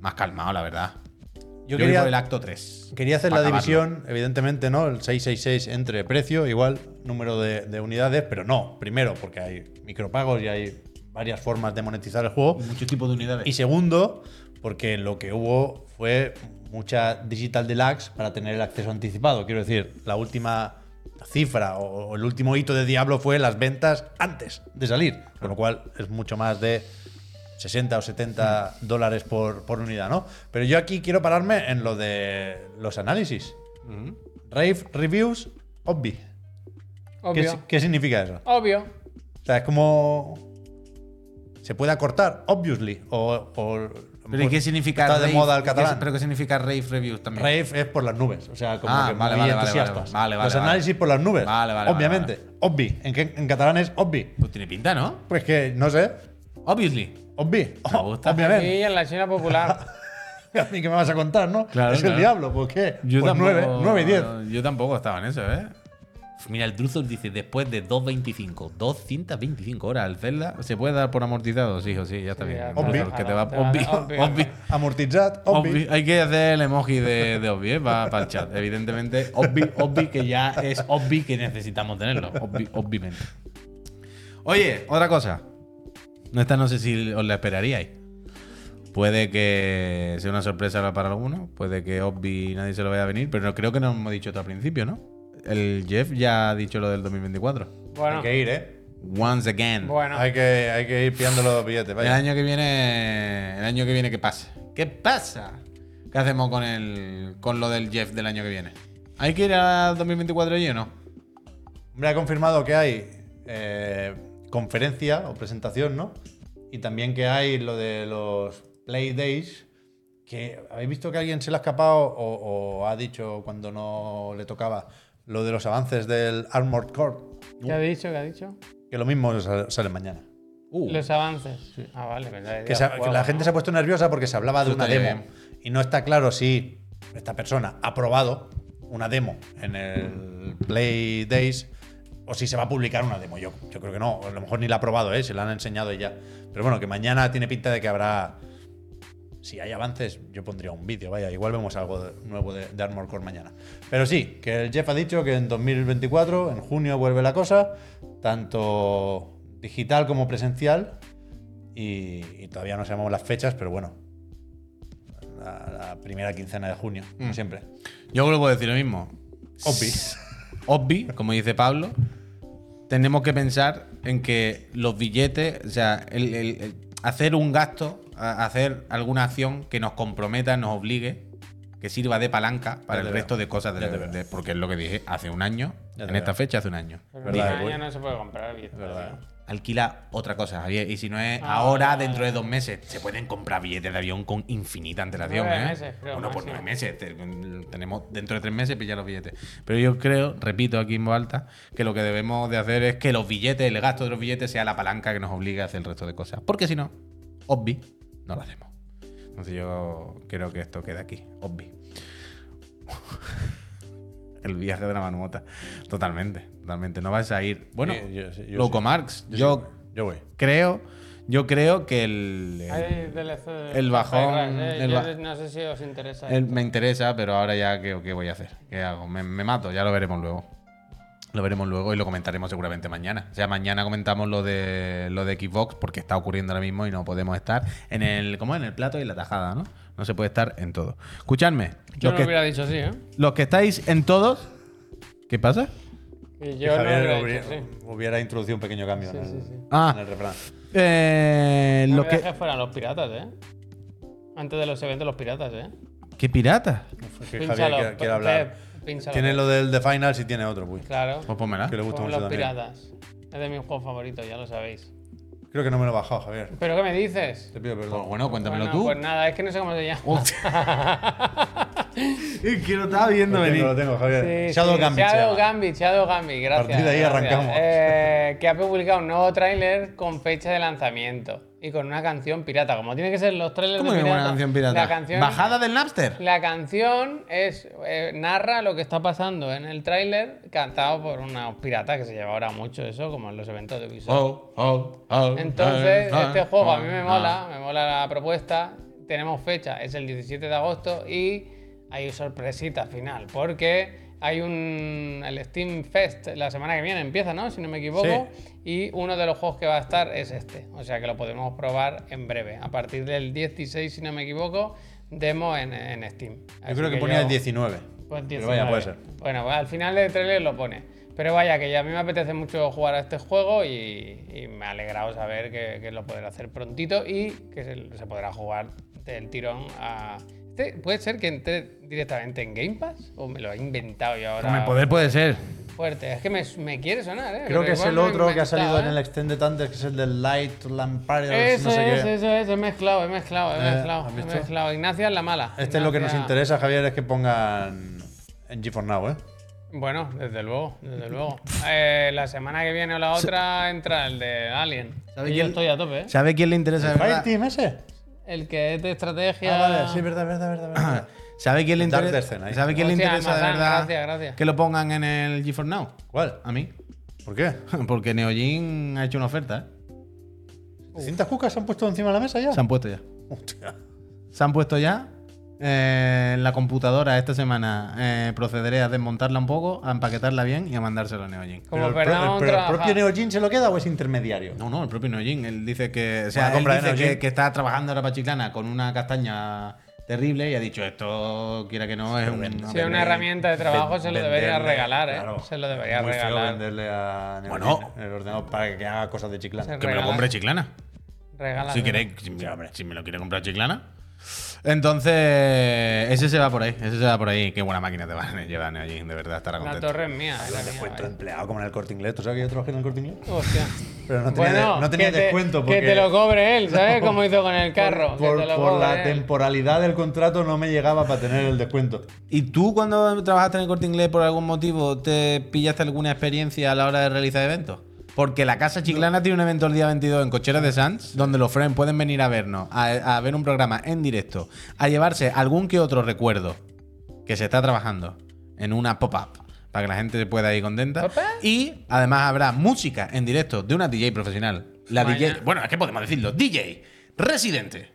más calmado, la verdad. Yo, Yo voy quería- por el acto 3. Quería hacer la división, evidentemente, ¿no? El 666 entre precio, igual número de, de unidades, pero no. Primero, porque hay micropagos y hay varias formas de monetizar el juego. Muchos tipos de unidades. Y segundo, porque lo que hubo fue mucha digital deluxe para tener el acceso anticipado. Quiero decir, la última cifra o o el último hito de Diablo fue las ventas antes de salir, con lo cual es mucho más de 60 o 70 Mm. dólares por, por unidad, ¿no? Pero yo aquí quiero pararme en lo de los análisis. Mm. Rave reviews, obvi. ¿Qué, Obvio. si- qué significa eso? Obvio. O sea, es como. Se puede acortar, obviously. O, o- ¿Pero ¿y qué significa Está de rave? moda el ¿Qué- catalán. ¿Pero qué significa rave reviews también? Rave es por las nubes. O sea, como Ah, que vale, muy vale, vale, entusiastas. vale, vale, Los vale, análisis por las nubes. Vale, vale, Obviamente. Obvi. ¿En, qué- en catalán es obvi. Pues tiene pinta, ¿no? Pues que, no sé. Obviously. Obvi. Me gusta. Obviamente. Y en la China popular. A mí que me vas a contar, ¿no? Claro, es claro. el diablo, ¿por qué? pues 9, 9 y 10. Yo tampoco estaba en eso, ¿eh? Mira, el Druzor dice, después de 2.25, 225 horas al Zelda, se puede dar por amortizado, sí, hijo, sí, ya está Sí, bien. ya, Obvi. Druzor, Que te va, Te va a obvi, dar obvi. obvi, Amortizad, obvi. obvi. Hay que hacer el emoji de, de obvi, ¿eh? Para el chat. Evidentemente, obvi, obvi, que ya es obvi que necesitamos tenerlo, obvi, obviamente. Oye, otra cosa. No, Esta no sé si os la esperaríais. Puede que sea una sorpresa para algunos, puede que obvi nadie se lo vaya a venir, pero no, creo que no hemos dicho esto al principio, ¿no? El Jeff ya ha dicho lo del 2024. Hay Bueno, que ir, ¿eh? Once again. bueno. Hay que, hay que ir pillando los billetes. el Vaya. año que viene, el año que viene qué pasa? ¿Qué pasa? ¿Qué hacemos con el con lo del Jeff del año que viene? ¿Hay que ir al 2024 allí o no? Hombre, ha confirmado que hay eh, conferencia o presentación, ¿no? Y también que hay lo de los Play Days, que habéis visto que alguien se le ha escapado o, o ha dicho cuando no le tocaba lo de los avances del Armored Core, ¿Qué ha dicho? ¿Qué ha dicho? que lo mismo sale sale mañana. Uh, Los avances. Ah, vale, verdad. Que, ya se ha- que juego, la ¿no? gente se ha puesto nerviosa porque se hablaba de Eso una estaría demo y no está claro si esta persona ha probado una demo en el Play Days o si se va a publicar una demo. Yo, yo creo que no, a lo mejor ni la ha probado, ¿eh? se la han enseñado y ya. Pero bueno, que mañana tiene pinta de que habrá. Si hay avances, yo pondría un vídeo, vaya, igual vemos algo de- nuevo de, de Armor Core mañana. Pero sí, que el Jeff ha dicho que en 2024, en junio, vuelve la cosa, tanto digital como presencial, y, y todavía no sabemos las fechas, pero bueno. La, la primera quincena de junio, como siempre. Yo vuelvo a decir lo mismo. Obvi. Obvi, como dice Pablo, tenemos que pensar en que los billetes, o sea, el, el- el hacer un gasto, a- hacer alguna acción que nos comprometa, nos obligue, que sirva de palanca para te el veo. resto de cosas. Ya De, te veo. de- porque es lo que dije hace un año, Ya te en esta veo. fecha hace un año. Pero Verdad, en España güey. no se puede comprar billetes. Verdad. tío. Alquila otra cosa, Javier. Y si no es Ah, ahora, vale, dentro de vale. dos meses, se pueden comprar billetes de avión con infinita antelación. Nueve ¿eh? meses, creo, bueno, por pues máximo. nueve meses. te- tenemos dentro de tres meses pillar los billetes. Pero yo creo, repito aquí en voz alta, que lo que debemos de hacer es que los billetes, el gasto de los billetes, sea la palanca que nos obligue a hacer el resto de cosas. Porque si no, obvi, no lo hacemos. Entonces yo creo que esto queda aquí, obvi. el viaje de la marmota. Totalmente, totalmente. No vas a ir. Bueno, Sí, yo- yo Loco sí. Marx, Yo, yo sí, yo voy. creo, yo creo que el, Hay DLC de- El bajón, Eh, el yo ba- no sé si os interesa. el- me interesa, pero ahora ya qué, qué voy a hacer, qué hago, me, me mato, ya lo veremos luego. Lo veremos luego y lo comentaremos seguramente mañana. O sea, mañana comentamos lo de lo de Xbox porque está ocurriendo ahora mismo y no podemos estar en el ¿cómo es? en el plato y en la tajada, ¿no? No se puede estar en todo. Escuchadme, Yo los no que hubiera dicho sí, ¿eh? los que estáis en todos, ¿qué pasa? Y Que yo no Javier hubiera hubiera, dicho sí. hubiera introducido un pequeño cambio en, Sí, el, sí, sí. Ah. en el refrán. Eh, No los me que dejé fuera a los piratas, ¿eh? Antes de los eventos, los piratas, ¿eh? qué pirata. Es Pues que Javier quiere, quiere Pe- hablar. Pep, pínchalo. Tiene lo del The Finals y tiene otro, uy. Claro. Pues pónmela. Que le gusta Son mucho los también. piratas. Es de mi juego favorito, ya lo sabéis. Creo que no me lo he bajado, Javier. ¿Pero qué me dices? Te pido Pues perdón. bueno, cuéntamelo Bueno, tú. Pues nada, es que no sé cómo se llama. Hostia. Es que lo estaba viendo Lo tengo, lo venir. tengo, Javier. Sí, Eh, Shadow sí, Gambit. se Shadow llama. Gambit, Shadow Gambit, gracias. partir de ahí gracias. arrancamos. Eh, que ha publicado un nuevo tráiler con fecha de lanzamiento y con una canción pirata, como tiene que ser los trailers ¿Cómo de que pirata. una canción La pirata? canción, ¿Bajada del Napster? la canción es eh, narra lo que está pasando en el tráiler cantado por unos piratas que se lleva ahora mucho eso, como en los eventos de Ubisoft. Oh, oh, oh, Entonces, Ah, oh, oh, este juego a mí me oh, mola, me mola la propuesta. Tenemos fecha, es el 17 de agosto y hay sorpresita final, porque hay un. El Steam Fest la semana que viene empieza, ¿no? Si no me equivoco. Y uno de los juegos que va a estar es este. O sea que lo podemos probar en breve. A partir del 16, si no me equivoco, demo en, en Steam. Yo creo que ponía el 19. Pues Pero vaya, 19. puede ser. Bueno, pues al final del trailer lo pone. Pero vaya, que ya a mí me apetece mucho jugar a este juego y, y me ha alegrado saber que, que lo podré hacer prontito y que se, se podrá jugar del tirón a. Este, ¿Puede ser que entre directamente en Game Pass? ¿O me lo he inventado yo ahora? Hombre, poder puede ser. Fuerte, es que me, me quiere sonar, ¿eh? Creo Pero que es igual el me lo he otro que ha salido en inventado, el ¿eh? Extended antes, que es el del Light Lamparios, Eso no sé es, qué. eso es, he mezclado, he mezclado, he Eh, mezclado. ¿has he visto? mezclado. Ignacia es la mala. Este es lo que nos Ignacia- interesa, Javier, es que pongan en G4 Now, ¿eh? Bueno, desde luego, desde luego. Eh, la semana que viene o la otra entra el de Alien. ¿Sabe Y yo quién- estoy a tope, ¿eh? ¿Sabe quién le interesa de ¿Fire verdad? Team ese? El que es de estrategia. Ah, vale, sí, verdad, verdad, verdad. verdad. ¿Sabe quién le Dark interesa? Descent ahí. ¿Sabe quién le Hostia, interesa de Mazán, verdad? Oh, gracias, gracias. Que lo pongan en el G4 Now. ¿Cuál? A mí. ¿Por qué? Porque Neojin ha hecho una oferta, ¿eh? ¿Cintas cucas se han puesto encima de la mesa ya? Se han puesto ya. Hostia. Se han puesto ya. Eh, la computadora esta semana eh, procederé a desmontarla un poco, a empaquetarla bien y a mandárselo a Neojin. pero, Como el pro- Fernando el- pero el trabaja. propio Neojin se lo queda o es intermediario? No, no, el propio Neojin. Él dice que. O sea, Bueno, él compra de dice Neojin. que, que está trabajando ahora para Chiclana con una castaña terrible y ha dicho esto, quiera que no, es un. vende. Si es una herramienta de trabajo, se lo Venderle, debería regalar, ¿eh? claro. Se lo debería Muy feo regalar. venderle a Neojin Bueno. el ordenador para que haga cosas de Se chiclana. Que me lo Regalar. compre Chiclana. Regala. Si queréis, si, me- si me lo quiere comprar Chiclana. Entonces, ese se va por ahí, ese se va por ahí. Qué buena máquina te van a llevar, Neojin, de verdad, estará La contento. torre es mía. es la mía, Descuento vale. empleado como en el corte inglés. ¿Tú sabes que yo trabajé en el corte inglés? Hostia. Pero no tenía, de- no tenía que te- descuento porque. Que te lo cobre él, ¿sabes? Como hizo con el carro. que Por, te lo por cobre la él. temporalidad del contrato no me llegaba para tener el descuento. ¿Y tú cuando trabajaste en el corte inglés por algún motivo te pillaste alguna experiencia a la hora de realizar eventos? Porque la Casa Chiclana tiene un evento el día 22 en Cocheras de Sanz, donde los friends pueden venir a vernos, a, a ver un programa en directo, a llevarse algún que otro recuerdo que se está trabajando en una pop-up para que la gente se pueda ir contenta. ¿Pop-up? Y además habrá música en directo de una DJ profesional. La Vaya. DJ, bueno, es que podemos decirlo, DJ residente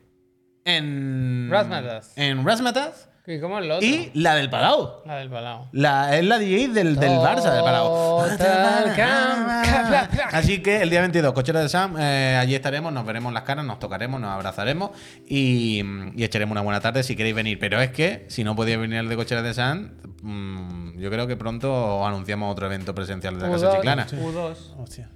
en Razzmatazz. En Razzmatazz ¿Y cómo es lo otro? y la del Palau. La del balao. La, es la DJ del, del Barça Ah, de Palau. Total Camp. Así que el día 22, Cochera de Sam, eh, allí estaremos, nos veremos las caras, nos tocaremos, nos abrazaremos y, mm, y echaremos una buena tarde si queréis venir. Pero es que si no podéis venir al de Cochera de Sam, mm, yo creo que pronto anunciamos otro evento presencial de la Pues Casa Chiclana. U2. Hostia.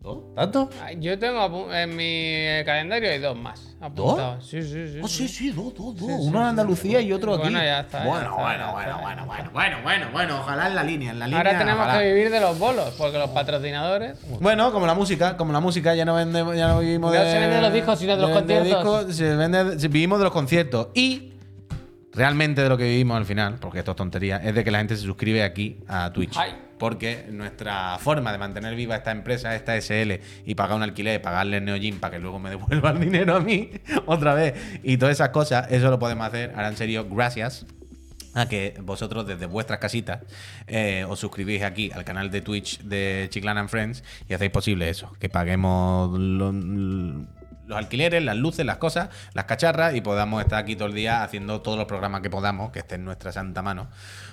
¿Dos? ¿Tanto? Ah, Yo tengo apu- en mi eh, calendario hay dos más. apuntados. Sí, sí, sí. Oh, sí. sí, sí, dos, dos, dos. Uno en Andalucía y otro aquí. Bueno, ya está, ya Bueno, está, bueno, ya bueno, está, bueno, bueno, bueno, bueno, bueno, ojalá en la línea, en la línea. Ahora tenemos ojalá. que vivir de los bolos, porque los patrocinadores. Bueno, como la música, como la música ya no vendemos, ya no vivimos No de. se venden los discos, sino de los conciertos. discos, se vende- se- vivimos de los conciertos. Y realmente de lo que vivimos al final, porque esto es tontería, es de que la gente se suscribe aquí a Twitch. Ay. Porque nuestra forma de mantener viva esta empresa, esta SL, y pagar un alquiler, pagarle el Neogym para que luego me devuelva el dinero a mí otra vez, y todas esas cosas, eso lo podemos hacer. Ahora, en serio, gracias a Ah, que vosotros desde vuestras casitas eh, os suscribís aquí al canal de Twitch de Chiclana and Friends y hacéis posible eso, que paguemos lo- los alquileres, las luces, las cosas, las cacharras y podamos estar aquí todo el día haciendo todos los programas que podamos, que esté en nuestra santa mano,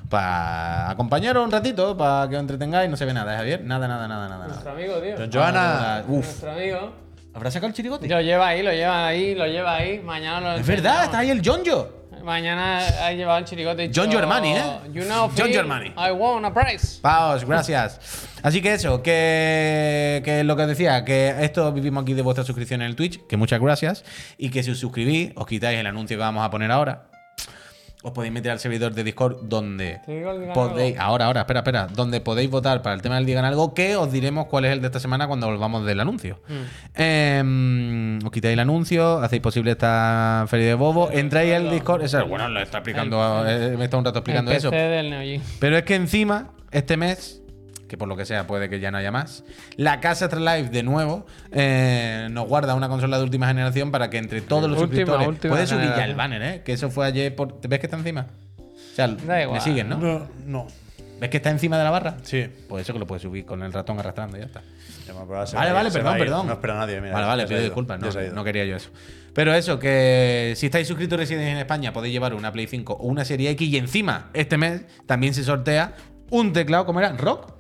para acompañaros un ratito, para que os entretengáis, no se ve nada, ¿eh, Javier, nada, nada, nada, nada. nada. Nuestro amigo, tío. Don Joana. Uf, Nuestro amigo. ¿habrá sacado el chirigote? Lo lleva ahí, lo lleva ahí, lo lleva ahí. Mañana lo. Es verdad, está ahí el Jonjo. Mañana ha llevado el chirigote. y dicho, John Germani, ¿eh? You know, John Phil, Germani. I won a prize. Paos, gracias. Así que eso, que, que lo que os decía, que esto vivimos aquí de vuestra suscripción en el Twitch, que muchas gracias, y que si os suscribís, os quitáis el anuncio que vamos a poner ahora. os podéis meter al servidor de Discord donde Te digo el digan podéis. algo. Ahora, ahora, espera, espera. Donde podéis votar para el tema del Digan Algo, que os diremos cuál es el de esta semana cuando volvamos del anuncio. Mm. Eh, os quitáis el anuncio, hacéis posible esta feria de bobo, entráis al Discord. Esa- bueno, lo está explicando, eh, me está un rato explicando El eso. PC del Neo Geo. Pero es que encima, este mes, que por lo que sea puede que ya no haya más, la Casa Live de nuevo eh, nos guarda una consola de última generación para que entre todos los Última, suscriptores. última Puedes subir ya generación. el banner, ¿eh? Que eso fue ayer por. ¿Ves que está encima? O sea, me igual. siguen, ¿no? No, no. ¿Ves que está encima de la barra? Sí. Pues eso que lo puedes subir con el ratón arrastrando y ya está. Ya me acordaba, se Vale, va a vale, ir, se perdón, va a ir. perdón. No espera a nadie, mira. vale, ya vale, se pido ha ido, disculpas, ya se ha no, ido. no quería yo eso. Pero eso, que si estáis suscritos residentes en España podéis llevar una Play 5 o una Serie X y encima este mes también se sortea un teclado, ¿cómo era? ¿Rock?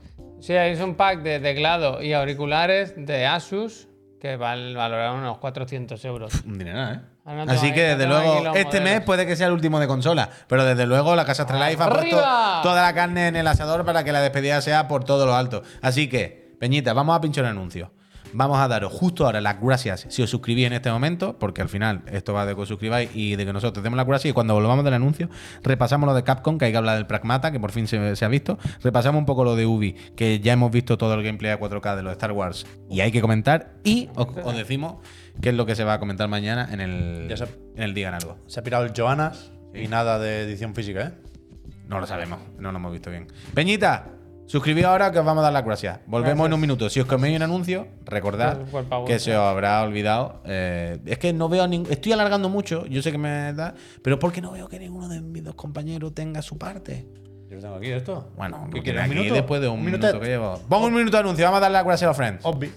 Sí, es un pack de teclado y auriculares de Asus que val valoraron unos 400 euros. Un dineral, ¿eh? Ah, no te Así van que a ir, desde no te van a ir luego, los este mes modelos. puede que sea el último de consola, pero desde luego la casa Astralife ha puesto ¡Arriba! toda la carne en el asador para que la despedida sea por todo lo alto. Así que, Peñita, vamos a pinchar el anuncio. Vamos a daros justo ahora las gracias si os suscribís en este momento, porque al final esto va de que os suscribáis y de que nosotros demos las gracias. Y cuando volvamos del anuncio, repasamos lo de Capcom, que hay que hablar del Pragmata, que por fin se, se ha visto. Repasamos un poco lo de Ubi, que ya hemos visto todo el gameplay a 4K de los Star Wars y hay que comentar. Y os, os decimos qué es lo que se va a comentar mañana en el, Ya se- en el Digan Algo. Se ha pirado el Joanas y nada de edición física, ¿eh? No lo sabemos, no lo hemos visto bien. Peñita, suscribíos ahora que os vamos a dar las gracias. Volvemos en un minuto. Si os coméis un anuncio, recordad Por- por favor. que se os habrá olvidado. eh, es que no veo ningún. Estoy alargando mucho, yo sé que me da. Pero porque no veo que ninguno de mis dos compañeros tenga su parte. Yo lo tengo aquí esto. Bueno, ¿Qué quieres, lo tiene un aquí minuto? después de un, ¿Un minuto, minutet? que llevo. Pongo un minuto de anuncio, vamos a dar las gracias a Oh, los friends. Obvi.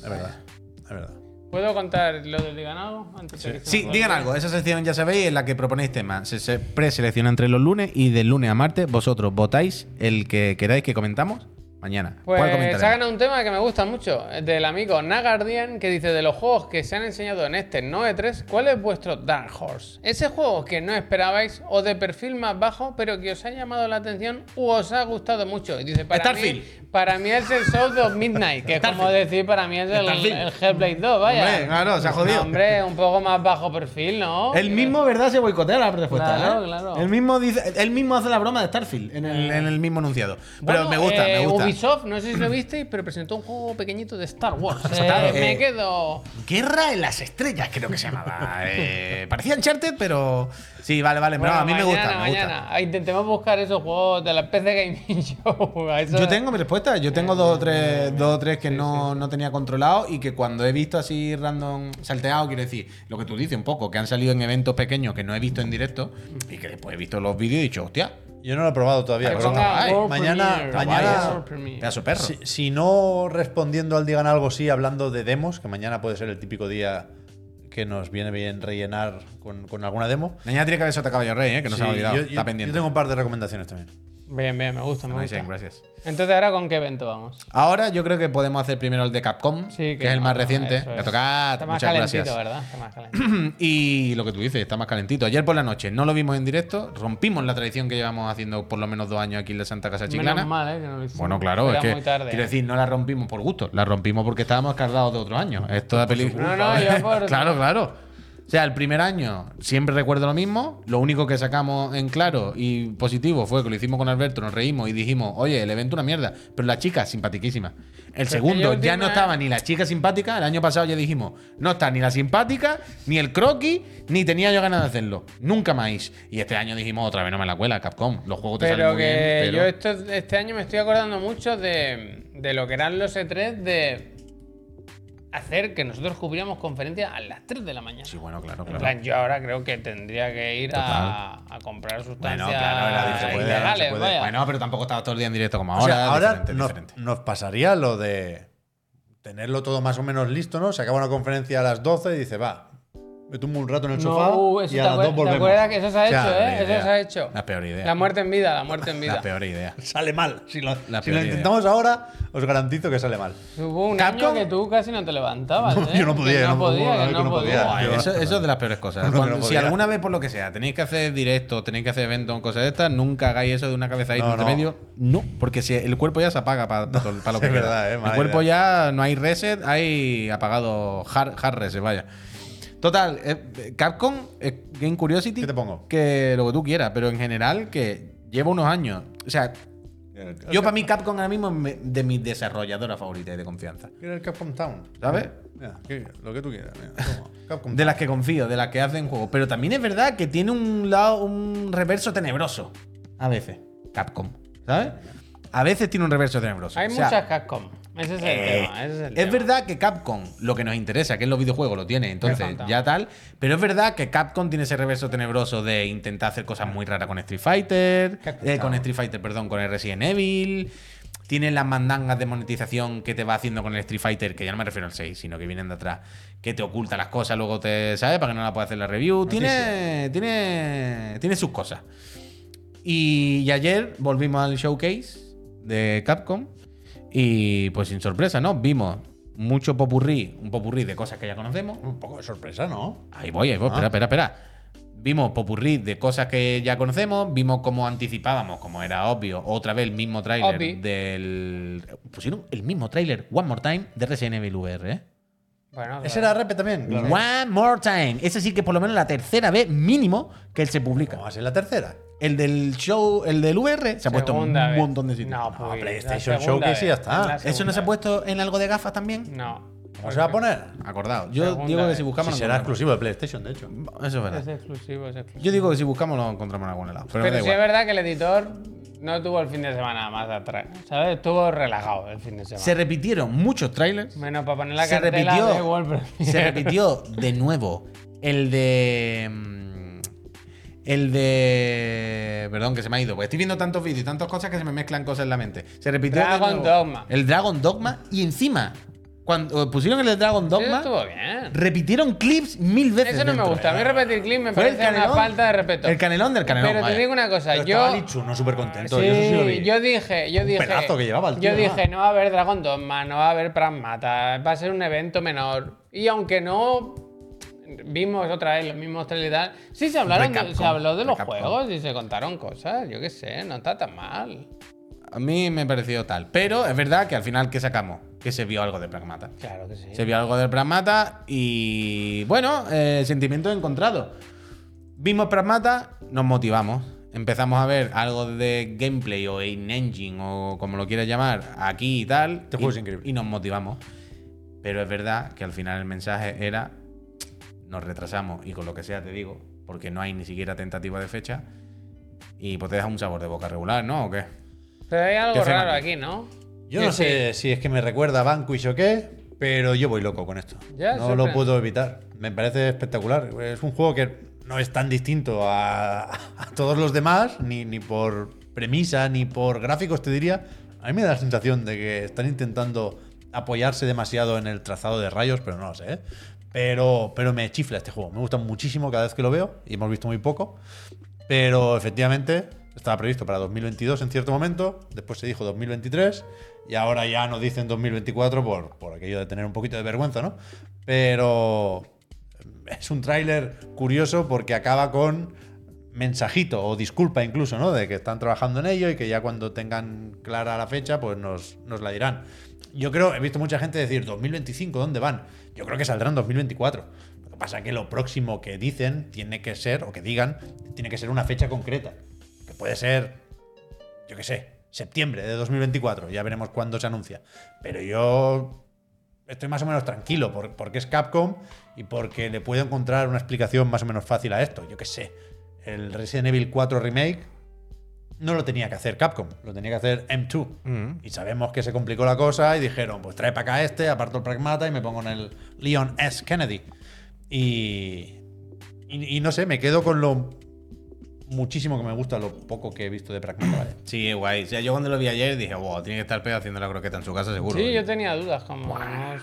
Es verdad. Es verdad. ¿Puedo contar lo del Digan algo? Antes de que se me Sí, olvide? digan algo. Esa sección ya sabéis en la que proponéis temas. Se, se preselecciona entre los lunes y del lunes a martes vosotros votáis el que queráis que comentamos mañana. Pues ¿Cuál se ha comentaremos? ganado un tema que me gusta mucho, es del amigo Nagardian, que dice de los juegos que se han enseñado en este Noe 3, ¿cuál es vuestro Dark Horse? Ese juego que no esperabais o de perfil más bajo, pero que os ha llamado la atención u os ha gustado mucho. Y dice, para mí, Starfield. para mí es el Souls of Midnight, que es como decir, para mí es el, Starfield. el Hellblade 2, vaya. Hombre, claro, se ha jodido. No, hombre, un poco más bajo perfil, ¿no? El mismo, ¿verdad? Se boicotea la respuesta. Claro, ¿eh? claro. El mismo, dice, el mismo hace la broma de Starfield en el, en el mismo enunciado. Pero Bueno, me gusta, eh, me gusta. Ubisoft, no sé si lo visteis, pero presentó un juego pequeñito de Star Wars. Eh, Claro. me Eh, quedo... Guerra en las estrellas, creo que se llamaba. Eh, parecía Uncharted, pero. Sí, vale, vale. pero Bueno, a mí me mañana, gusta, me gusta. mañana. Ah, Intentemos buscar esos juegos de la PC Gaming Show. A eso- Yo tengo mi respuesta. Yo Eh, tengo dos o tres, dos o tres que no, no tenía controlado y que cuando he visto así random salteado, quiero decir, lo que tú dices un poco, que han salido en eventos pequeños que no he visto en directo y que después he visto los vídeos y he dicho, hostia, Yo no lo he probado todavía. Que pero ponga está guay. World mañana, Premiere, vaya, mañana World Premiere. pedazo de perro. si, si no respondiendo al digan algo sí, hablando de demos, que mañana puede ser el típico día que nos viene bien rellenar con, con alguna demo. Mañana tiene que haber Sota Caballo Rey, ¿eh? que no se me ha Sí, olvidado. yo- yo- Está pendiente. Yo tengo un par de recomendaciones también. Bien, bien, me gusta, me Ahí gusta. sí, gracias. Entonces, ¿ahora con qué evento vamos? Ahora yo creo que podemos hacer primero el de Capcom, Sí, que, es el más no, reciente. eso Le es. toca Está más muchas calentito, gracias. ¿verdad? Está más calentito. Y lo que tú dices, está más calentito. Ayer por la noche no lo vimos en directo, rompimos la tradición que llevamos haciendo por lo menos dos años aquí en la Santa Casa Chiclana. Menos mal, ¿eh? Que no lo hicimos. Bueno, claro, Era es que muy tarde. ¿eh? quiero decir, no la rompimos por gusto, la rompimos porque estábamos cargados de otros años. Esto de película. No, no, yo por- claro, claro. O sea, el primer año siempre recuerdo lo mismo. Lo único que sacamos en claro y positivo fue que lo hicimos con Alberto, nos reímos y dijimos, oye, el evento una mierda. Pero la chica simpatiquísima. El segundo, yo ya no última- estaba ni la chica simpática. El año pasado ya dijimos, no está ni la simpática, ni el croquis, ni tenía yo ganas de hacerlo. Nunca más. Y este año dijimos, otra vez no me la cuela, Capcom. Los juegos te Pero salen muy bien. que pero- yo esto- este año me estoy acordando mucho de, de lo que eran los E3 de hacer que nosotros cubriéramos conferencias a las 3 de la mañana. Sí, bueno, claro, En claro. plan, yo ahora creo que tendría que ir a, a comprar sustancias claro, era- se puede, ilegales, se puede. vaya. Bueno, pero tampoco estaba todo el día en directo como O ahora. sea, ahora diferente, nos, diferente. nos pasaría lo de tenerlo todo más o menos listo, ¿no? Se acaba una conferencia a las 12 y dice, va, me tumbo un rato en el sofá uh, y eso a te las acuer- 2 volvemos. ¿Te acuerdas que eso se ha O sea, hecho, eh? la idea. Eso se ha hecho. La peor idea. La muerte en vida, la muerte en vida. La peor idea. Sale mal. Si lo, La si lo peor idea. intentamos ahora, os garantizo que sale mal. Hubo un Capcom- año que tú casi no te levantabas, No, ¿eh? yo no Que podía, no no, no, podía, que no, no no podía. podía. Guay, eso, eso es de las peores cosas. No, no, Cuando- no si podía. alguna vez, por lo que sea, tenéis que hacer directo, tenéis que hacer eventos, cosas de estas, nunca hagáis eso de una cabeza ahí No, entre no. medio. No, porque si el cuerpo ya se apaga para lo que es queda. verdad, eh, El mala cuerpo idea. ya no hay reset, hay apagado hard, hard reset, vaya. Total, eh, Capcom, eh, Game Curiosity. ¿Qué te pongo? Que lo que tú quieras, pero en general que lleva unos años. O sea, yo para mí Capcom ahora mismo es me- de mis desarrolladoras favoritas y de confianza. Quiero el Capcom Town. ¿Sabes? Mira, que- lo que tú quieras. mira, toma, Capcom De las que confío, de las que hacen juegos. Pero también es verdad que tiene un lado, un reverso tenebroso. A veces. Capcom. ¿Sabes? A veces tiene un reverso tenebroso. Hay O sea, muchas Capcom. Ese es el eh, tema. ese es el tema. verdad que Capcom, lo que nos interesa, que es los videojuegos, lo tiene, entonces Exacto. ya tal. Pero es verdad que Capcom tiene ese reverso tenebroso de intentar hacer cosas muy raras con Street Fighter, Capcom. eh, con Street Fighter, perdón, con el Resident Evil. Tienen las mandangas de monetización que te va haciendo con el Street Fighter, que ya no me refiero al 6, sino que vienen de atrás, que te oculta las cosas, luego te, ¿sabes? Para que no la puedas hacer la review. Tiene, tiene, tiene sus cosas. Y, y ayer volvimos al showcase de Capcom. Y pues sin sorpresa, ¿no? Vimos mucho popurrí, un popurrí de cosas que ya conocemos. Un poco de sorpresa, ¿no? Ahí voy, ahí voy, espera, espera, espera. Vimos popurrí de cosas que ya conocemos, vimos como anticipábamos, como era obvio, otra vez el mismo Obvi. tráiler del... Pusieron el mismo tráiler, One More Time, de Resident Evil VR, ¿eh? Bueno, Ese claro. era Repe también. Claro. One More Time. Ese sí que es por lo menos la tercera vez mínimo que él se publica. ¿Cómo va a ser la tercera? El del show, el del VR, se ha puesto en un Segunda vez. montón de sitios. No, No, pues, PlayStation la segunda Showcase y ya vez. está. La ¿Eso no segunda se ha vez. puesto en algo de gafas también? No. ¿Cómo se va a poner? Acordado. Yo Segunda digo que vez. si Si buscamos. lo será encontramos. exclusivo de PlayStation, de hecho. Eso es verdad. Es exclusivo, es exclusivo. Yo digo que si buscamos lo encontramos en algún lado. Pero, Pero, me da sí igual. es verdad que el editor no tuvo el fin de semana más atrás. ¿Sabes? Estuvo relajado el fin de semana. Se repitieron muchos trailers. Menos para poner la se cartela repitió. de Wolverine. Se repitió de nuevo el de. mm, El de. Perdón, que se me ha ido. Pues estoy viendo tantos vídeos y tantas cosas que se me mezclan cosas en la mente. Se repitió. de Dragon nuevo Dogma. El Dragon Dogma. Y encima, cuando pusieron el de Dragon Sí, Dogma, estuvo bien. repitieron clips mil veces. Eso no me dentro. gusta. A mí repetir clip me Fue el parece una canelón. falta de respeto. El canelón del canelón. Pero vaya. te digo una cosa. Pero yo. estaba Lichu, no súper contento. Sí, yo eso sí lo vi. yo dije, yo dije. pedazo que llevaba el tío, Yo dije, además. no va a haber Dragon Dogma, no va a haber Pragmata, va a ser un evento menor. Y aunque no vimos otra vez los mismos trailers y tal, sí se hablaron, de- Recapcom, se habló de los recapcom. juegos y se contaron cosas, yo qué sé, no está tan mal. A mí me pareció tal. Pero es verdad que al final, ¿qué sacamos? Que se vio algo de Pragmata. Claro que sí. Se vio algo de Pragmata y. Bueno, eh, sentimientos encontrados. Vimos Pragmata, nos motivamos. Empezamos a ver algo de gameplay o in-engine o como lo quieras llamar aquí y tal. Este y- juego es increíble. Y nos motivamos. Pero es verdad que al final el mensaje era. Nos retrasamos y con lo que sea te digo, porque no hay ni siquiera tentativa de fecha. Y pues te deja un sabor de boca regular, ¿no? ¿O qué? Pero hay Qué algo feo, raro Mati. aquí, ¿no? Yo no Sí, sé si es que me recuerda a Vanquish o qué, pero yo voy loco con esto. Ya, no sorprende. lo puedo evitar. Me parece espectacular. Es un juego que no es tan distinto a, a todos los demás, ni, ni por premisa, ni por gráficos, te diría. A mí me da la sensación de que están intentando apoyarse demasiado en el trazado de rayos, pero no lo sé. ¿eh? Pero, pero me chifla este juego. Me gusta muchísimo cada vez que lo veo y hemos visto muy poco. Pero efectivamente estaba previsto para 2022 en cierto momento, después se dijo 2023 y ahora ya nos dicen 2024 por, por aquello de tener un poquito de vergüenza, ¿no? Pero es un tráiler curioso porque acaba con mensajito o disculpa incluso, ¿no? De que están trabajando en ello y que ya cuando tengan clara la fecha pues nos, nos la dirán. Yo creo, he visto mucha gente decir 2025, ¿dónde van? Yo creo que saldrán 2024. Lo que pasa es que lo próximo que dicen tiene que ser, o que digan, tiene que ser una fecha concreta. Que puede ser, yo qué sé, septiembre de 2024. Ya veremos cuándo se anuncia. Pero yo estoy más o menos tranquilo por- porque es Capcom y porque le puedo encontrar una explicación más o menos fácil a esto. Yo qué sé. El Resident Evil 4 Remake no lo tenía que hacer Capcom, lo tenía que hacer M2. Y sabemos que se complicó la cosa y dijeron, pues trae para acá este, aparto el pragmata y me pongo en el Leon S. Kennedy. Y, y, y no sé, me quedo con lo muchísimo que me gusta, lo poco que he visto de pragmata. vaya. Sí, guay. O sea, yo cuando lo vi ayer dije, wow, tiene que estar peor haciendo la croqueta en su casa, seguro. ¿eh? Sí, yo tenía dudas, como. "Ah,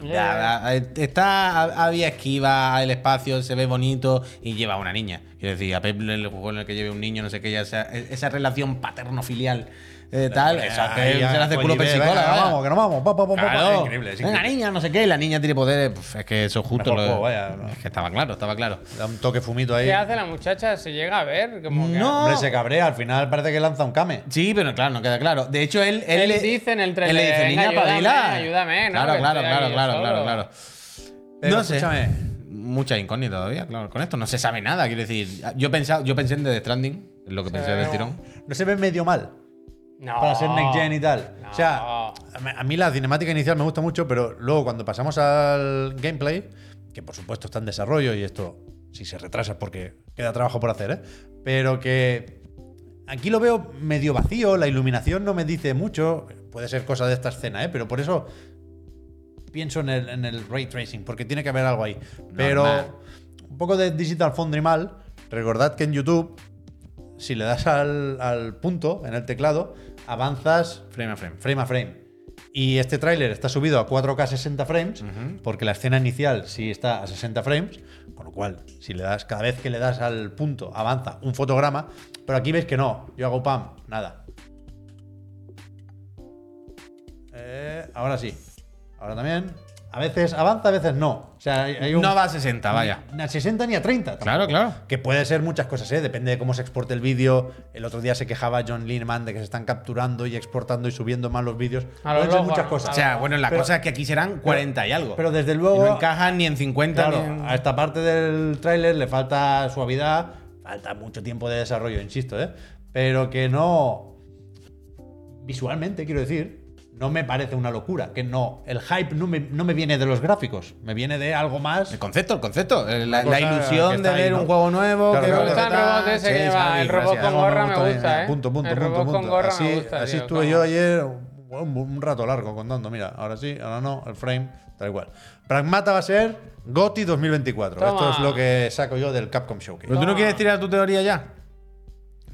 eh, Ya, ya, Está había esquiva el espacio, se ve bonito y lleva a una niña. Quiero decir, a Pep el juego en el que lleve un niño, no sé qué, ya esa, esa relación paterno-filial, eh, tal, esa que Ahí ya, se le hace con culo idea, pesicola. venga, vaya. vamos, que nos vamos. pa, pa, pa, pa, pa. Claro. Es increíble, es Venga, increíble. niña, no sé qué, y la niña tiene poderes. Puf, es que eso justo Mejor lo juego, vaya, no. Es que estaba claro, estaba claro. Da un toque fumito ahí. ¿Qué hace la muchacha? ¿Se llega a ver? Como que- No, Hombre, se cabrea, al final parece que lanza un kame. Sí, pero claro, no queda claro. De hecho, él, Él le- dice en el Él le trailer, dice, "Venga, niña, ayúdame, pabila. ayúdame, ¿no? Claro, Que claro, estoy claro, aquí claro, solo". claro, claro. Pero no sé. escúchame. Mm, muchas incógnitas todavía, claro. Con esto no se sabe nada, quiero decir. Yo, pensaba, yo pensé en The Stranding, lo que pensé del tirón. No se ve medio mal No. para ser next gen y tal. No. O sea, a mí- a mí la cinemática inicial me gusta mucho, pero luego cuando pasamos al gameplay, que por supuesto está en desarrollo y esto si se retrasa es porque queda trabajo por hacer, ¿eh? pero que aquí lo veo medio vacío, la iluminación no me dice mucho, puede ser cosa de esta escena, ¿eh? pero por eso pienso en el, en el ray tracing, porque tiene que haber algo ahí. Pero Normal. un poco de Digital Foundry mal, recordad que en YouTube, si le das al, al punto en el teclado, avanzas Frame a frame. frame a frame. Y este tráiler está subido a 4K 60 frames, porque la escena inicial sí está a 60 frames, con lo cual, si le das, cada vez que le das al punto, avanza un fotograma, pero aquí ves que no, yo hago pam, nada. Eh, ahora sí, ahora también. A veces avanza, a veces no. O sea, hay, hay un, No va a 60, vaya. ni a 60 ni a 30. Claro, tampoco. claro. Que puede ser muchas cosas, ¿eh? depende de cómo se exporte el vídeo. El otro día se quejaba John Lineman de que se están capturando y exportando y subiendo mal los vídeos. A lo Pueden ser loco, muchas a- cosas. O sea, bueno, la Pero- cosa es que aquí serán 40 y algo. pero desde luego- Y no encajan ni en 50 Claro, ni en- a esta parte del tráiler le falta suavidad, falta mucho tiempo de desarrollo, insisto, ¿eh? Pero que no. Visualmente, quiero decir, no me parece una locura. Que no. El hype no me, no me viene de los gráficos, me viene de algo más. El concepto, el concepto. Una eh, La, la cosa que ilusión está de ahí, ver ¿no? un juego nuevo. Claro, que claro. Me va a gusta el estar- robot ese que Sí, lleva, Javi, el robot gracias. con gorra me también. gusta, ¿eh? Punto, punto, El punto, robot punto. con gorra así, me gusta, así tío, estuve como- yo ayer un, un rato largo contando. Mira, ahora sí, ahora no, el frame, tal igual. Pragmata va a ser GOTI 2024. Esto Toma. es lo que saco yo del Capcom Showcase. Pero tú no quieres tirar tu teoría ya.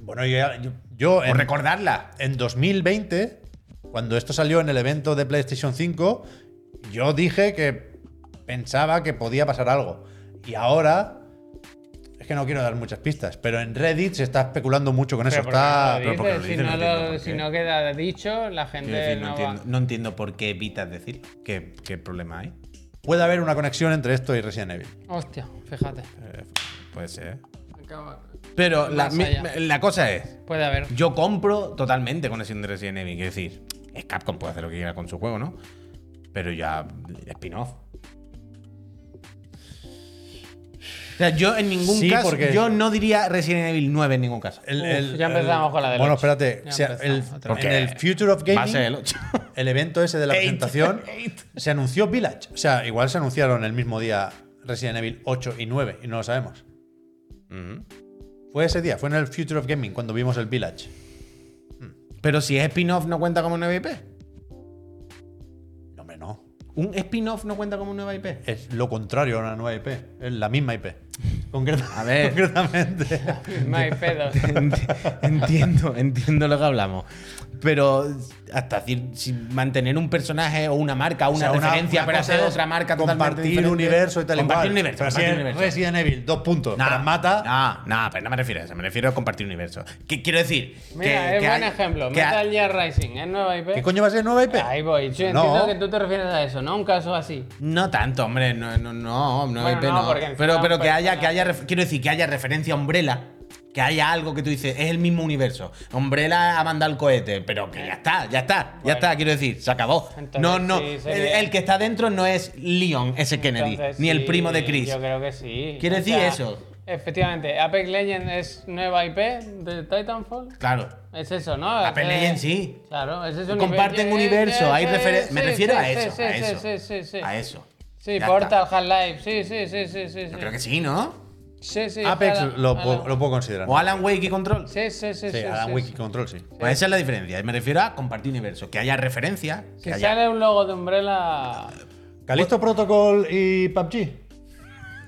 Bueno, yo, ya- yo, yo O en, recordarla. en 2020, cuando esto salió en el evento de PlayStation 5, yo dije que pensaba que podía pasar algo. Y ahora. Es que no quiero dar muchas pistas, pero en Reddit se está especulando mucho con eso. Pero Está, porque lo pero porque dices, si, lo no dices, no entiendo lo- por si qué. no queda dicho, la gente Quiero decir, no, no, entiendo, va. no entiendo por qué evitas decirlo. ¿Qué, qué problema hay? Puede haber una conexión entre esto y Resident Evil. Hostia, fíjate. Puede ser. Acaba- Pero la, Más mi- allá. la cosa es, Puede haber. yo compro totalmente conexión de Resident Evil. Quiero decir, es Capcom puede hacer lo que quiera con su juego, ¿no? Pero ya, spin-off. O sea, yo en ningún Sí, caso, porque- yo no diría Resident Evil 9 en ningún caso. El- Uf, el- ya empezamos el- con la del Bueno, ocho. espérate. Ya o sea, el, empezamos otra vez. en el Future of Va a Gaming, ser el 8. el evento ese de la Eight. presentación, Eight. se anunció Village. O sea, igual se anunciaron el mismo día Resident Evil 8 y 9 y no lo sabemos. Fue ese día, fue en el Future of Gaming cuando vimos el Village. Pero si es spin-off, no cuenta como nueva IP. No, hombre, no. Un spin-off no cuenta como nueva IP. Es lo contrario a una nueva IP. Es la misma IP. Concreta- A ver. Concretamente. My pedos. Enti- entiendo, entiendo lo que hablamos. Pero hasta decir, si mantener un personaje o una marca, una O sea, referencia, una pero cosa hacer es otra marca totalmente Compartir diferente. universo y tal y cual. Compartir universo. Pero si compartir es universo. Resident Evil, dos puntos. Nah, Para mata. nah, nah, pero Ah, no me refiero a eso, me refiero a compartir universo. ¿Qué quiero decir? Mira, que, es que buen hay- ejemplo. que hay- Metal Gear Rising, ¿es nueva IP? ¿Qué coño va a ser nueva IP? Ahí voy. Yo No. entiendo que tú te refieres a eso, ¿no? Un caso así. No tanto, hombre, no, no, no, no, Bueno, IP no, no. porque encima pues, eh, Pero, pero que persona- haya, que haya, ref- quiero decir, que haya referencia a Umbrella, que haya algo que tú dices, es el mismo universo. Umbrella ha mandado el cohete, pero que ya está, ya está, ya Bueno. está, quiero decir, se acabó. Entonces no, no, sí, el, sería- el que está dentro no es Leon, ese Kennedy, Entonces, ni el sí, primo de Chris. Yo creo que sí. Quiere decir eso. Efectivamente, Apex Legends es nueva IP de Titanfall. Claro. Es eso, ¿no? Apex Eh, Legends sí. Claro, es eso. Comparten universo, hay referencia. Me refiero a eso, a eso. Sí, sí, sí. A eso. Sí, Ya Portal, está. Half-Life, sí, sí, sí, sí, sí. Yo creo que sí, ¿no? Sí, sí. Apex Alan- lo, Alan. puedo- lo puedo considerar. O Alan Wake y Control. Sí, sí, Sí, sí. sí, Alan sí, Wake sí. y Control, sí. Pues esa es la diferencia. Me refiero a compartir universo, que haya referencia, que Si haya- sale un logo de Umbrella. Calisto Protocol y PUBG.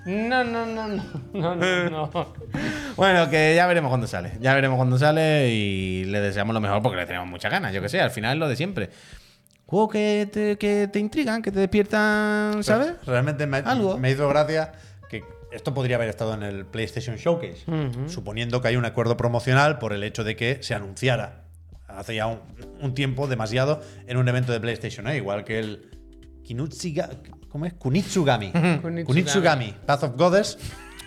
No, no, no, no. No, no, no. Bueno, que ya veremos cuándo sale. Ya veremos cuándo sale y le deseamos lo mejor porque le tenemos muchas ganas. Yo que sé, al final es lo de siempre. Juegos que te, que te intrigan, que te despiertan, ¿sabes? Pues Realmente me, Algo. me hizo gracia que esto podría haber estado en el PlayStation Showcase, suponiendo que hay un acuerdo promocional por el hecho de que se anunciara hace ya un, un tiempo demasiado en un evento de PlayStation, ¿eh? igual que el Kinutsuga, ¿cómo es? Kunitsugami. Kunitsugami. Kunitsugami, Path of Goddess.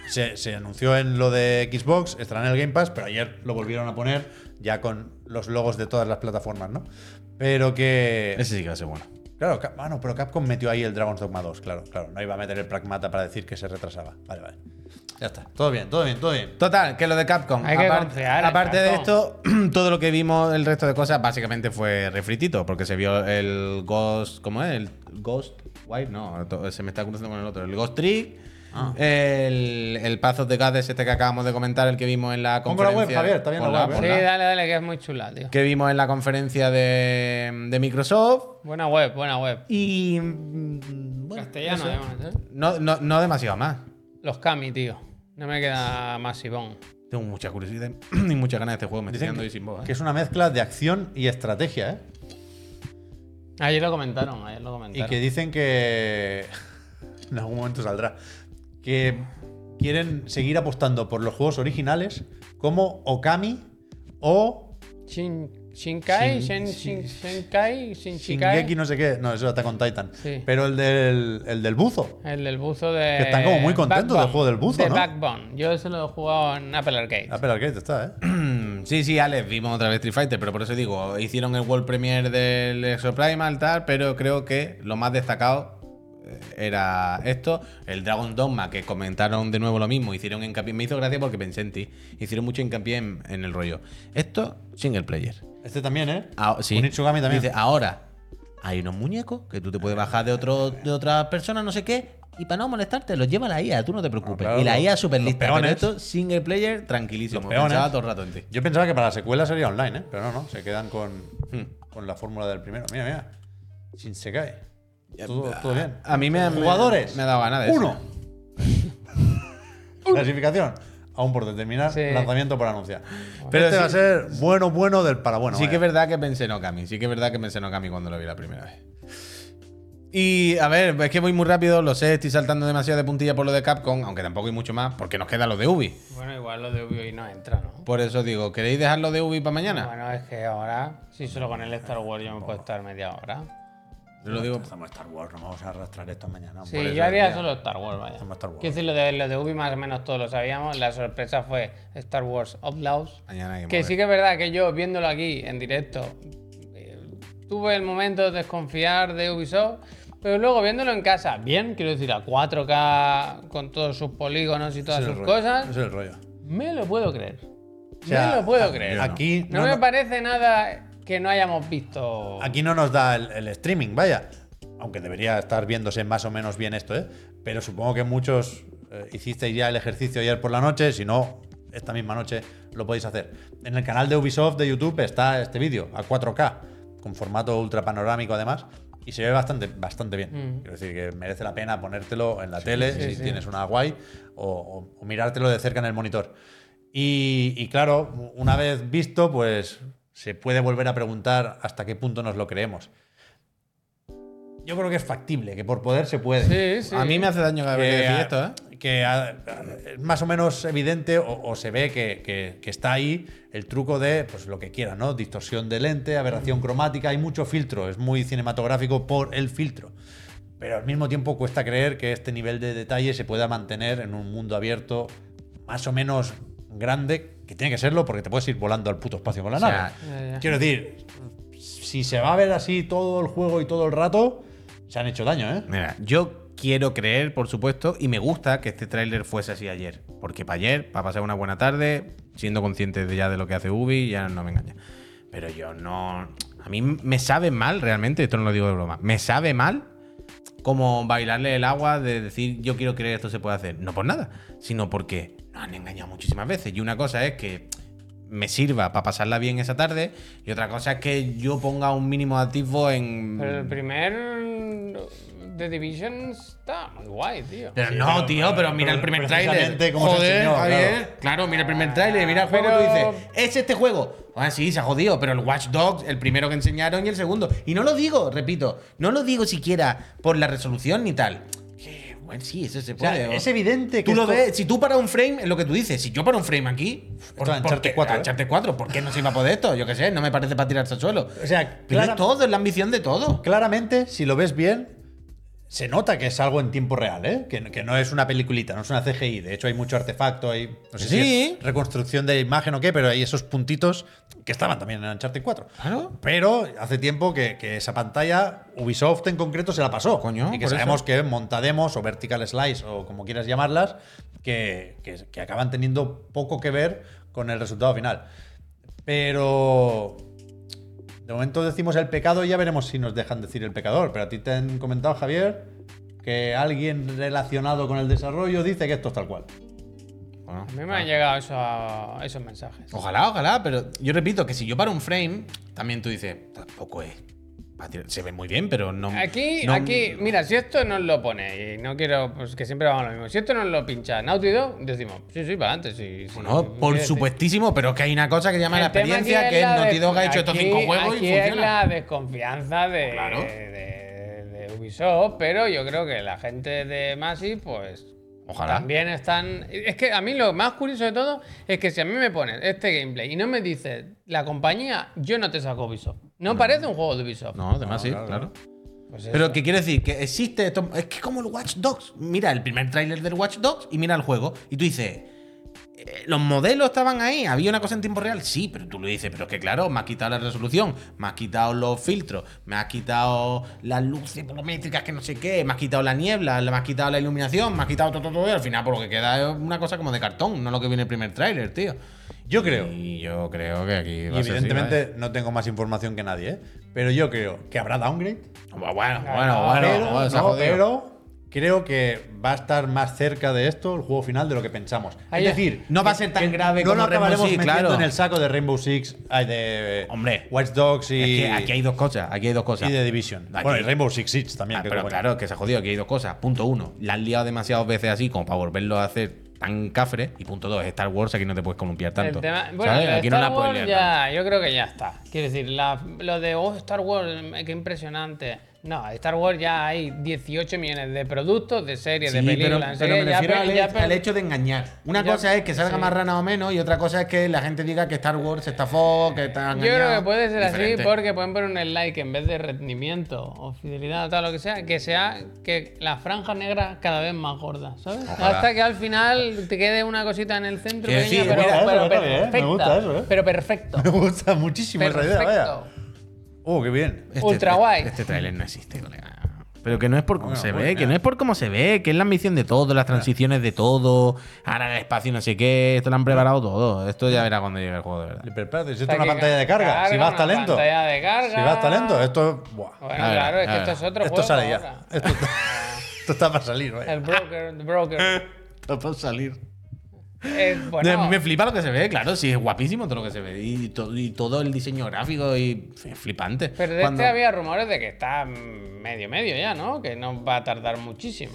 Se, se anunció en lo de Xbox, estará en el Game Pass, pero ayer lo volvieron a poner ya con los logos de todas las plataformas, ¿no? Pero que... Ese sí que va a ser bueno. Claro, Cap- ah, no, pero Capcom metió ahí el Dragon's Dogma 2, claro, claro. No iba a meter el Pragmata para decir que se retrasaba. Vale, vale. Ya está. Todo bien, todo bien, todo bien. Total, que lo de Capcom. Hay que apar- confiar en aparte de Capcom. esto, todo lo que vimos, el resto de cosas, básicamente fue refritito, porque se vio el Ghost. ¿Cómo es? El Ghost Wipe, no, to- se me está cruzando con el otro. El Ghost Trick. Ah. El, el Path of the Goddess este que acabamos de comentar, el que vimos en la Pongo la web, conferencia. Javier, está bien la Ponla, web, Sí, ponla. dale, dale, que es muy chula, tío. Que vimos en la conferencia de, de Microsoft. Buena web, buena web. Y. mm, bueno, Castellano, eso. además, ¿eh? No, no, no demasiado más. Los Kami, tío. No me queda más Sibón. Tengo mucha curiosidad y muchas ganas de este juego. Me estoy Dicen quedando que, hoy sin voz. ¿eh? que es una mezcla de acción y estrategia, ¿eh? Ayer lo comentaron, ayer lo Y comentaron. que dicen que. en algún momento saldrá. Que quieren seguir apostando por los juegos originales como Okami o Shin, Shinkai, Shin- Shin, Shin- Shin, Shinkai, Shinshikai. Shingeki, no sé qué. No, eso está con Titan. Sí. Pero el del, el del buzo. El del buzo de. Que están como muy contentos Backbone, del juego del buzo, de ¿no? Backbone. Yo eso lo he jugado en Apple Arcade. Apple Arcade está, ¿eh? Mm, Sí, sí, Alex, vimos otra vez Street Fighter, pero por eso digo, hicieron el World Premiere del Exoprimal, tal, pero creo que lo más destacado eh, era esto, el Dragon Dogma, que comentaron de nuevo lo mismo, hicieron hincapié, me hizo gracia porque pensé en ti, hicieron mucho hincapié en, en el rollo. Esto, single player. Este también, ¿eh? Ah, sí. Un Itsugami también. Dice, ahora hay unos muñecos que tú te puedes bajar de otro de otra persona, no sé qué, y para no molestarte, los lleva la IA, tú no te preocupes. claro, y la los- IA súper lista. los Pero peones. esto, single player, tranquilísimo. Los peones. Pensaba todo el rato en ti. Yo pensaba que para la secuela sería online, ¿eh? Pero no, no. Se quedan con, Hmm. con la fórmula del primero. Mira, mira. Shinsekai. Todo, todo bien. A mí me, me- Jugadores. me daba ganas de eso. Uno. Clasificación. Aún por determinar. Sí. Lanzamiento por anunciar. Pero Pero este sí- va a ser bueno, bueno del para bueno. sí que es vaya. verdad que pensé en Okami. Sí que es verdad que pensé en Okami cuando lo vi la primera vez. Y a ver, es que voy muy rápido, lo sé, estoy saltando demasiado de puntilla por lo de Capcom, aunque tampoco hay mucho más, porque nos queda lo de Ubi. Bueno, igual lo de Ubi hoy no entra, ¿no? Por eso digo, ¿queréis dejar lo de Ubi para mañana? Bueno, es que ahora, si solo con el Star Wars yo me puedo estar media hora. Yo lo digo. Hacemos Star Wars, no vamos a arrastrar esto mañana. por Sí, eso yo haría decía. solo Star Wars, vaya. Hacemos Star Wars. Quiero decir, lo de, lo de Ubi más o menos todos lo sabíamos. La sorpresa fue Star Wars Outlaws. Mañana hay Que mover. sí que es verdad que yo, viéndolo aquí en directo, eh, tuve el momento de desconfiar de Ubisoft, pero luego viéndolo en casa, bien, quiero decir, a 4K con todos sus polígonos y todas Ese es el sus rollo, cosas, ese es el rollo. me lo puedo creer. O sea, me lo puedo a- creer. Aquí no, ah, no, me no- parece nada que no hayamos visto. aquí no nos da el, el streaming, vaya. Aunque debería estar viéndose más o menos bien esto, ¿eh? Pero supongo que muchos eh, hicisteis ya el ejercicio ayer por la noche, si no, esta misma noche lo podéis hacer. En el canal de Ubisoft de YouTube está este vídeo a 4K, con formato ultra panorámico además, y se ve bastante, bastante bien. Mm. Quiero decir que merece la pena ponértelo en la tele sí, si sí. tienes una guay o, o- o mirártelo de cerca en el monitor. Y, y claro, una vez visto, pues se puede volver a preguntar hasta qué punto nos lo creemos. Yo creo que es factible, que por poder se puede. Sí, sí. A mí me hace daño que Que, decir ah, esto, ¿eh? que, ah, es más o menos evidente o, o se ve que, que- que está ahí el truco de pues, lo que quieras, ¿no? Distorsión de lente, aberración cromática, hay mucho filtro, es muy cinematográfico por el filtro. Pero al mismo tiempo cuesta creer que este nivel de detalle se pueda mantener en un mundo abierto más o menos grande, que tiene que serlo porque te puedes ir volando al puto espacio con la O sea, nave. Ya, ya. Quiero decir, si se va a ver así todo el juego y todo el rato, se han hecho daño, ¿eh? Mira, yo quiero creer, por supuesto, y me gusta que este tráiler fuese así ayer. Porque para ayer, para pasar una buena tarde, siendo conscientes de ya de lo que hace Ubi, ya no me engaña. Pero yo no. A mí me sabe mal, realmente, esto no lo digo de broma. Me sabe mal como bailarle el agua de decir yo quiero creer esto se puede hacer. No por nada, sino porque nos han engañado muchísimas veces. Y una cosa es que me sirva para pasarla bien esa tarde, y otra cosa es que yo ponga un mínimo activo en. Pero el Mm. primer mm, The Division está muy guay, tío. Pero Sí, no, pero- tío, pero mira el primer precisamente tráiler. como se enseñó, Javier. claro. Claro. mira el primer tráiler, mira el juego, Pero- tú dices, ¿es este juego? Ah, sí, se ha jodido, pero el Watch Dogs, el primero que enseñaron y el segundo. Y no lo digo, repito, no lo digo siquiera por la resolución ni tal. Que, bueno, sí, eso se O sea, puede. o- es evidente que Tú lo esto- ves, si tú para un frame, es lo que tú dices, si yo para un frame aquí, era Uncharted qué, Ah, 4, ¿eh? Uncharted 4, ¿por qué no se iba a poder esto? Yo qué sé, no me parece para tirarse al suelo. O sea, Pero clara- es todo, es la ambición de todo. Claramente, si lo ves bien, se nota que es algo en tiempo real, ¿eh? Que, que no es una peliculita, no es una CGI. De hecho, hay mucho artefacto, hay no sé si Sí. es reconstrucción de imagen o qué, pero hay esos puntitos que estaban también en Uncharted 4. Claro. Pero hace tiempo que, que esa pantalla, Ubisoft en concreto, se la pasó. Coño, y que por sabemos que montademos o vertical slice o como quieras llamarlas, que, que- que acaban teniendo poco que ver con el resultado final. Pero de momento decimos el pecado y ya veremos si nos dejan decir el pecador. Pero a ti te han comentado, Javier, que alguien relacionado con el desarrollo dice que esto es tal cual. Bueno. A mí me han llegado esos, esos mensajes. Ojalá, ojalá, pero yo repito que si yo paro un frame, también tú dices, tampoco es. pa' tirar- Se ve muy bien, pero no. Aquí, no- aquí, mira, si esto nos lo pone, y no quiero pues, que siempre vamos a lo mismo, si esto nos lo pincha Naughty Dog, decimos, sí, sí, para adelante, sí. sí, Bueno, sí, por sí, sí. supuestísimo, pero es que hay una cosa que se llama la El tema aquí experiencia, que es la Naughty des- Dog ha hecho estos aquí- cinco juegos y aquí es funciona. la desconfianza de, Claro. de- de Ubisoft, pero yo creo que la gente de Masi, pues. Ojalá. También están. Es que a mí lo más curioso de todo es que si a mí me ponen este gameplay y no me dices la compañía, yo no te saco Ubisoft. No, parece un juego de Ubisoft. No, además No, sí, claro, claro. Pues Pero eso. que quiero decir que existe esto. Es que como el Watch Dogs. Mira el primer tráiler del Watch Dogs y mira el juego. Y tú dices. eh, Los modelos estaban ahí, había una cosa en tiempo real, sí, pero tú lo dices, pero es que claro, me has quitado la resolución, me has quitado los filtros, me has quitado las luces volumétricas que no sé qué, me has quitado la niebla, me has quitado la iluminación, me has quitado todo, todo, todo, y al final por lo que queda es una cosa como de cartón, no lo que viene el primer tráiler, tío. Yo creo. Y yo creo que aquí Y va a ser así, evidentemente no tengo más información que nadie, ¿eh? Pero yo creo que habrá downgrade. ¿vale? Bueno, bueno, bueno, Ah, pero, bueno, Ah, se ha no, jodido. pero creo que va a estar más cerca de esto el juego final de lo que pensamos. Ahí es es. decir, No va a que- ser tan que grave no como lo Rainbow acabaremos Six, metiendo claro. en el saco de Rainbow Six, ay, de eh, Hombre. Watch Dogs y, Es que aquí hay dos cosas, aquí hay dos cosas. y de Division. Aquí- Bueno, y Rainbow Six Siege también. Ah, que pero como- claro, que se ha jodido, aquí hay dos cosas. Punto uno, la han liado demasiadas veces así como para volverlo a hacer tan cafre. Y punto dos, Star Wars aquí no te puedes columpiar El tanto. tema- ¿sabes? bueno, lo de aquí no Star la puedes Wars liar tanto. ya, yo creo que ya está. Quiero decir, la- lo de oh, Star Wars, mm, qué impresionante. No, Star Wars ya hay 18 millones de productos, de series, de Sí, películas. pero, no sé pero qué, me ya refiero pe- al, ya he- pe- al hecho de engañar. Una Ya- cosa es que salga sí. más rana o menos y otra cosa es que la gente diga que Star Wars se estafó, que está Yo creo que puede ser Diferente. así porque pueden poner un like en vez de rendimiento o fidelidad o tal lo que sea, que sea que la franja negra cada vez más gorda, ¿sabes? Ojalá. Hasta que al final te quede una cosita en el centro Quiero pequeña, decir, pero, mira, eso pero está bien, ¿eh? Me perfecta. gusta eso, ¿eh? Pero perfecto. Me gusta muchísimo esa idea, Perfecto. vaya. Oh, qué bien. Este- Ultra guay. Este trailer no existe, colega. Pero que no es por cómo Bueno, se bueno, ve, que ya. no es por cómo se ve, que es la ambición de todo, las transiciones de todo, ahora el espacio no sé qué, esto lo han preparado todo. Esto ya verá cuando llegue el juego de verdad. Pero espérate, si O esto sea, es una que pantalla de carga, si vas una talento. pantalla de carga. Si vas talento, esto. Buah. Bueno, A ver, claro, es a que ver. esto es otro Esto juego sale ahora. ya. Esto, esto está para salir, vaya. El broker, el broker. Está por salir. Eh, bueno, Me flipa lo que se ve, Eh, claro, sí, es guapísimo todo lo que se ve. Y, to- y todo el diseño gráfico y es flipante. pero de Cuando- este había rumores de que está mm, medio medio ya, ¿no? Que no va a tardar muchísimo.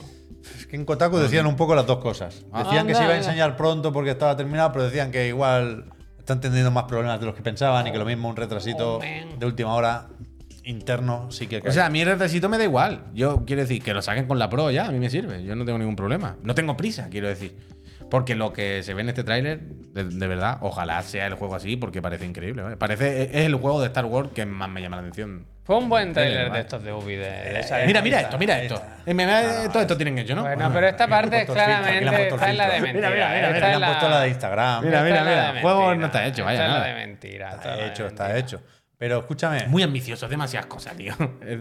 Es que en Kotaku decían un poco las dos cosas. Decían que Anda, se iba a anda. enseñar pronto porque estaba terminado, pero decían que igual están teniendo más problemas de los que pensaban y que lo mismo un retrasito Oh, man. de última hora interno sí que. O sea, a mí el retrasito me da igual. Yo quiero decir que lo saquen con la Pro ya, a mí me sirve. Yo no tengo ningún problema. No tengo prisa, quiero decir. Porque lo que se ve en este tráiler, de, de verdad, ojalá sea el juego así, porque parece increíble. ¿vale? Parece, e-, es- es el juego de Star Wars que más me llama la atención. Fue un buen Trailer, trailer de vale. estos de Ubi. Eh, De, de esa Mira, mira esta, esto, mira esto. Eh, me- me- Todo esto tienen hecho, ¿no? Bueno, pero esta aquí le han parte puesto el filtro, aquí le han claramente puesto el está en la de filtro. mentira. Mira, mira, ¿eh? mira, Está Le han en puesto la de Instagram. Mira, esta mira, es la mira, de el juego no mentira, está hecho, esta vaya, es la nada. de mentira. esta es Está la de hecho, está mentira. hecho. Pero escúchame. Muy ambicioso, demasiadas cosas, tío.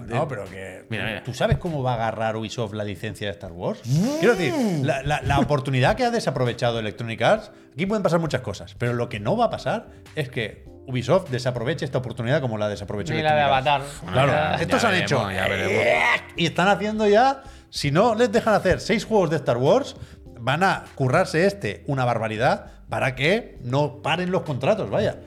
No, pero que. Mira, mira. ¿Tú sabes cómo va a agarrar Ubisoft la licencia de Star Wars? Mm. Quiero decir, la, la- la oportunidad que ha desaprovechado Electronic Arts, aquí pueden pasar muchas cosas, pero lo que no va a pasar es que Ubisoft desaproveche esta oportunidad como la desaprovechó Ni la de Electronic Arts. Avatar. Bueno, Claro, ya- estos ya han veremos, hecho. ya veremos. Y están haciendo ya. Si no les dejan hacer seis juegos de Star Wars, van a currarse este una barbaridad para que no paren los contratos, vaya.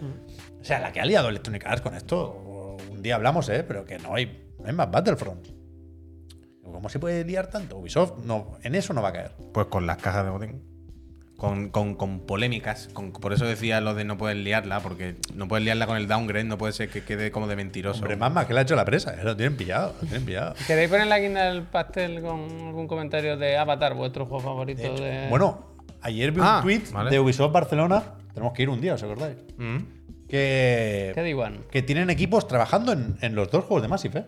O sea, la que ha liado Electronic Arts con esto, un día hablamos, ¿eh? Pero que no hay, no hay más Battlefront. ¿Cómo se puede liar tanto? Ubisoft no, en eso no va a caer. Pues con las cajas de botín. Con, con- con polémicas. con- por eso decía lo de no puedes liarla, porque no puedes liarla con el downgrade, no puede ser que quede como de mentiroso. Hombre, más más que le ha hecho la presa, ¿eh? lo tienen pillado, lo tienen pillado. ¿Queréis poner la guinda del pastel con algún comentario de Avatar, vuestro juego favorito? Eh, De Bueno, ayer vi un Ah, tweet vale. de Ubisoft Barcelona. Tenemos que ir un día, ¿os acordáis? Mm. Que ¿Qué digo? Juan? que tienen equipos trabajando en, en los dos juegos de Massive, ¿eh?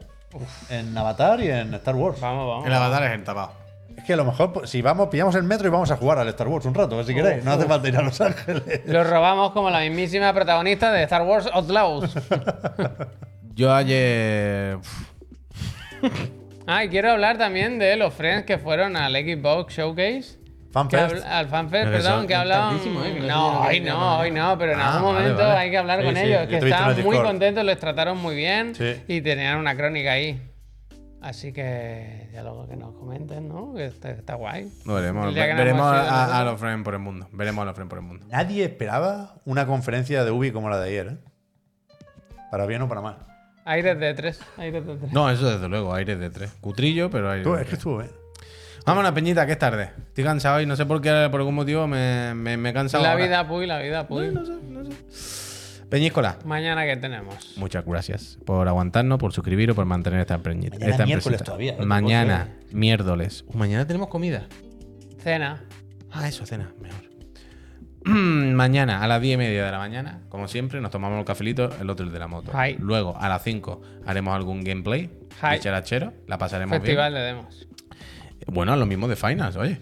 En Avatar y en Star Wars. Vamos, vamos. El avatar es entapado. Es que a lo mejor, pues, si vamos, pillamos el metro y vamos a jugar al Star Wars un rato, si queréis. No hace falta ir a Los Ángeles. Lo robamos como la mismísima protagonista de Star Wars Outlaws. Yo ayer. uf, ah, y quiero hablar también de los friends que fueron al Xbox Showcase. que Fanfest. habl- al fanfest, Pero que perdón, son que hablaban. tardísimo, ¿eh? Que no No, se hoy llama- no, hoy no, pero en Ah, algún vale, momento vale. hay que hablar Sí, con sí, ellos. yo Que te he visto en estaban el muy Discord. contentos, los trataron muy bien Sí. y tenían una crónica ahí. Así que ya luego que nos comenten, ¿no? Que está, está guay. no veremos. El día que Ve- nos veremos hemos a, ido a- nosotros. a los friends por el mundo. Veremos a los friends por el mundo. Nadie esperaba una conferencia de Ubi como la de ayer, ¿eh? Para bien o para mal. Aires de tres, aires de tres. No, eso desde luego, aire de tres. Cutrillo, pero aire. Tú, de es que tres. estuvo, ¿eh? Vámonos, Peñita, que es tarde. Estoy cansado y no sé por qué, por algún motivo me, me, me he cansado. la ahora. vida puy, la vida puy. No sé, no sé. Peñíscola. Mañana que tenemos. Muchas gracias por aguantarnos, por suscribiros, por mantener esta empreñita. Mañana esta miércoles empresita. todavía, ¿eh? Mañana, miércoles. Uh, mañana tenemos comida. Cena. Ah, eso, cena, mejor. mañana, a las 10 y media de la mañana, como siempre, nos tomamos el cafelito, el otro el de la moto. Ay. Luego, a las 5, haremos algún gameplay, Ay. dicharachero, la pasaremos Festival de demos. bien. Bueno, lo mismo de Finance, oye.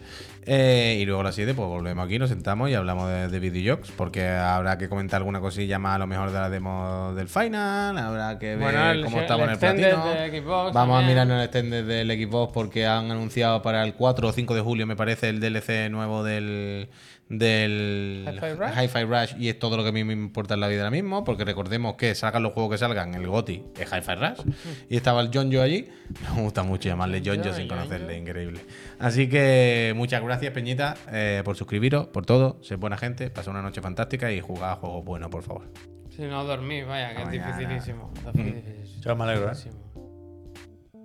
Eh, y luego a las 7, pues volvemos aquí, nos sentamos y hablamos de, de videojuegos, porque habrá que comentar alguna cosilla más a lo mejor de la demo del Final, habrá que ver Bueno, el- cómo estamos en el el extended platino. de Xbox Vamos también. a mirarnos el extender del Xbox porque han anunciado para el 4 o 5 de julio, me parece, el DLC nuevo del, del Hi-Fi Rush. Hi-Fi Rush. Y es todo lo que a mí me importa en la vida ahora mismo, porque recordemos que salgan los juegos que salgan, el GOTI es Hi-Fi Mm. Rush. Y estaba el Jonjo allí. Me gusta mucho llamarle Jonjo sin conocerle, increíble. Así que muchas gracias, Peñita, eh, por suscribiros, por todo. Sed buena gente, pasad una noche fantástica y jugad a juegos buenos, por favor. Si no dormís, vaya, que es Mañana. dificilísimo. Dificilísimo. Yo me alegro, ¿eh? Dificilísimo.